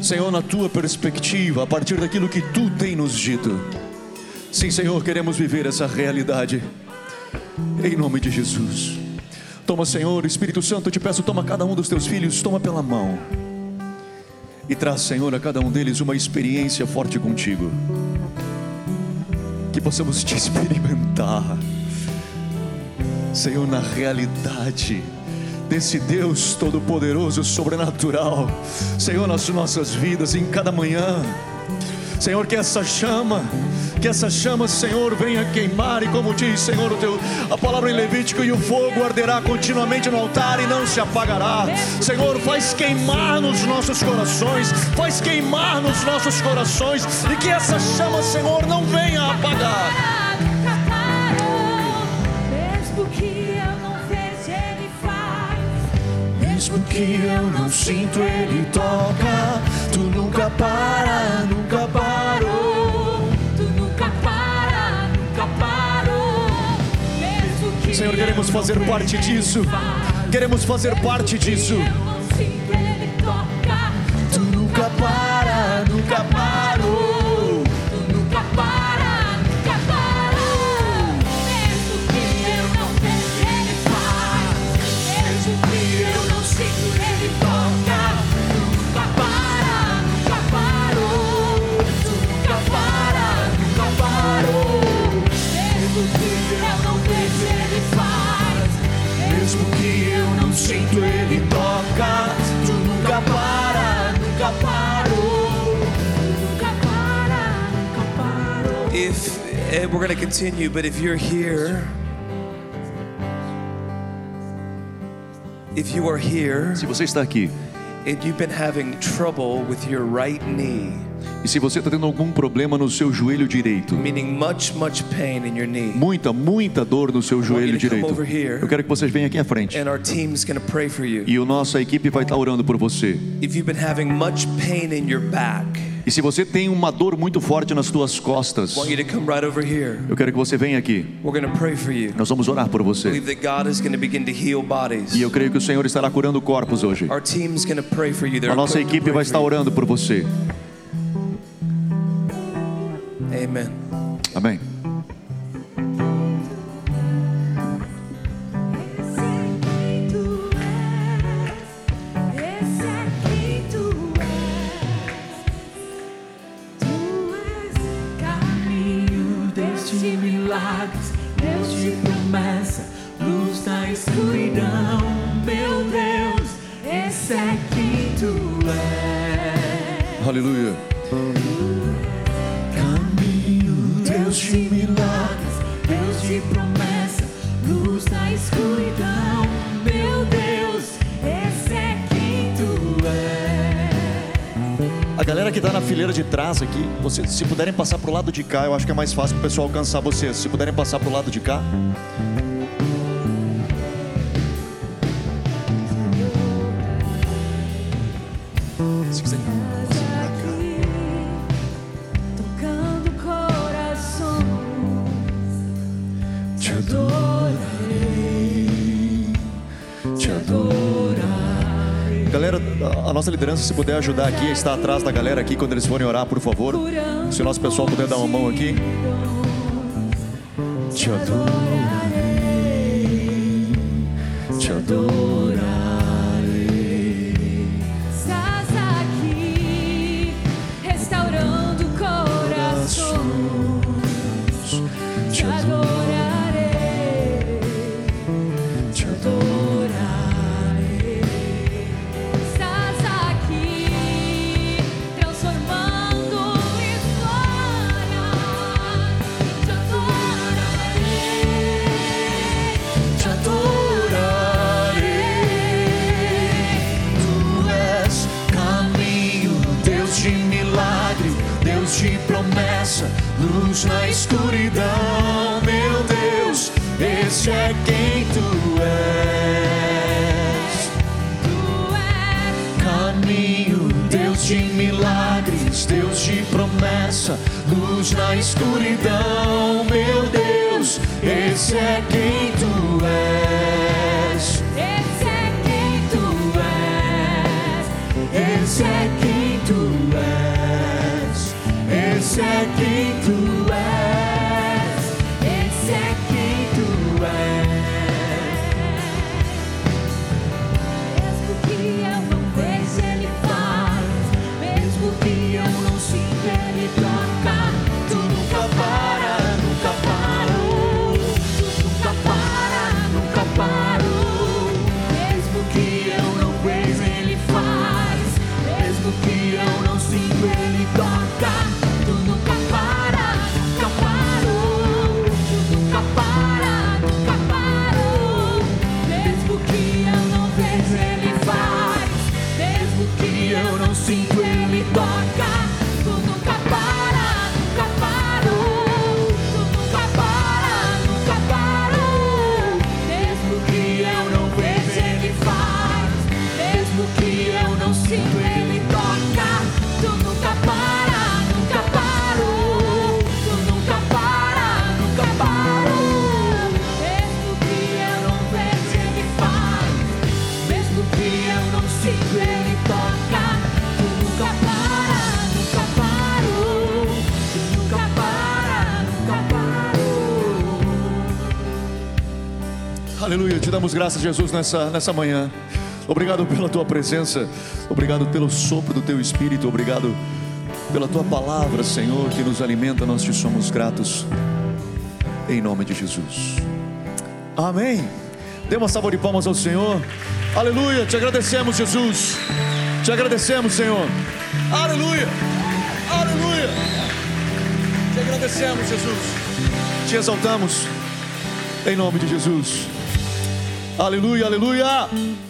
E: Senhor, na tua perspectiva, a partir daquilo que tu tem nos dito. Sim, Senhor, queremos viver essa realidade. Em nome de Jesus. Toma, Senhor, Espírito Santo, eu te peço, toma cada um dos teus filhos, toma pela mão. E traz, Senhor, a cada um deles uma experiência forte contigo. Que possamos te [LAUGHS] experimentar, Senhor, na realidade desse Deus Todo-Poderoso, sobrenatural, Senhor, nas nossas vidas, em cada manhã. Senhor, que essa chama, que essa chama, Senhor, venha queimar e como diz, Senhor, o teu, a palavra em Levítico e o fogo arderá continuamente no altar e não se apagará. Senhor, faz queimar nos nossos corações, faz queimar nos nossos corações e que essa chama, Senhor, não venha apagar.
D: Mesmo que eu não veja, ele faz.
E: Mesmo que eu não sinto, Ele toca. Tu nunca para, nunca parou.
D: Tu nunca para, nunca parou. Mesmo que
E: Senhor,
D: eu
E: queremos
D: não
E: fazer
D: veja,
E: parte
D: Ele
E: disso.
D: faz.
E: Queremos fazer parte disso.
D: Eu não sinto, ele toca. Tu nunca
E: para, nunca parou.
D: Tu nunca para, nunca parou. Mesmo que eu não veja, ele faz. Mesmo que eu não sinto, ele toca. Tu nunca para, nunca parou. Tu nunca para, nunca parou. Mesmo que eu não veja, ele faz.
E: Mesmo que eu não sinto, Ele toca. Tu nunca para, nunca parou.
D: Tu nunca para, nunca parou.
B: If and we're going to continue, but if you're here, if you are here
E: Se você está aqui
B: and you've been having trouble with your right knee,
E: e se você está tendo algum problema no seu joelho direito,
B: meaning much, much pain in your knee,
E: muita, muita dor no seu
B: you
E: joelho
B: to come
E: direito,
B: over here.
E: eu quero que vocês venham aqui à frente.
B: and our team's going to pray for you.
E: E a nossa equipe vai estar orando por você.
B: If you've been having much pain in your back,
E: E se você tem uma dor muito forte nas suas costas,
B: I want you to come right over here.
E: eu quero que você venha aqui.
B: We're going to pray for you.
E: Nós vamos orar por você.
B: believe that God is going to begin to heal bodies.
E: E eu creio que o Senhor estará curando corpos hoje.
B: Our team's going to pray for you. They're
E: A nossa
B: going to
E: equipe
B: pray
E: vai
B: for
E: estar orando por você.
B: you. Amen.
E: Amém.
D: Esse quem tu és, esse é quem tu és. Tu és caminho, Deus de milagres, Deus de promessa, luz da escuridão, meu Deus. Esse é quem tu és.
E: Aleluia.
D: Deus de milagres, Deus de promessa, luz da escuridão, meu Deus. Esse é quem tu és.
E: A galera que tá na fileira de trás aqui, vocês, se puderem passar pro lado de cá, eu acho que é mais fácil pro pessoal alcançar vocês. Se puderem passar pro lado de cá. Se quiser, passa pra cá.
D: Tocando corações, te adorarei, te adorarei,
E: Galera, a- a nossa liderança, se puder ajudar aqui, está atrás da galera aqui quando eles forem orar, por favor. Se o nosso pessoal puder dar uma mão aqui.
D: te adorarei, te adorarei. Estás aqui restaurando corações, te adorarei. Te adorarei. Estás aqui transformando histórias. Te adorarei. Te adorarei. Tu és
E: caminho, Deus de milagre, Deus de promessa, luz na escuridão, meu Deus, esse é quem tu és.
D: tu és
E: Caminho, Deus de milagres, Deus de promessa, luz na escuridão, meu Deus, esse é quem tu és.
D: Esse é quem tu és. Esse é quem tu és. Esse é quem tu és. Esse é quem tu és.
E: Aleluia, te damos graças, Jesus, nessa, nessa manhã. Obrigado pela tua presença, obrigado pelo sopro do teu espírito, obrigado pela tua palavra, Senhor, que nos alimenta. Nós te somos gratos, em nome de Jesus. Amém. Dê uma salva de palmas ao Senhor. Aleluia, te agradecemos, Jesus. Te agradecemos, Senhor. Aleluia, aleluia. Te agradecemos, Jesus. Te exaltamos, em nome de Jesus. Aleluia, aleluia.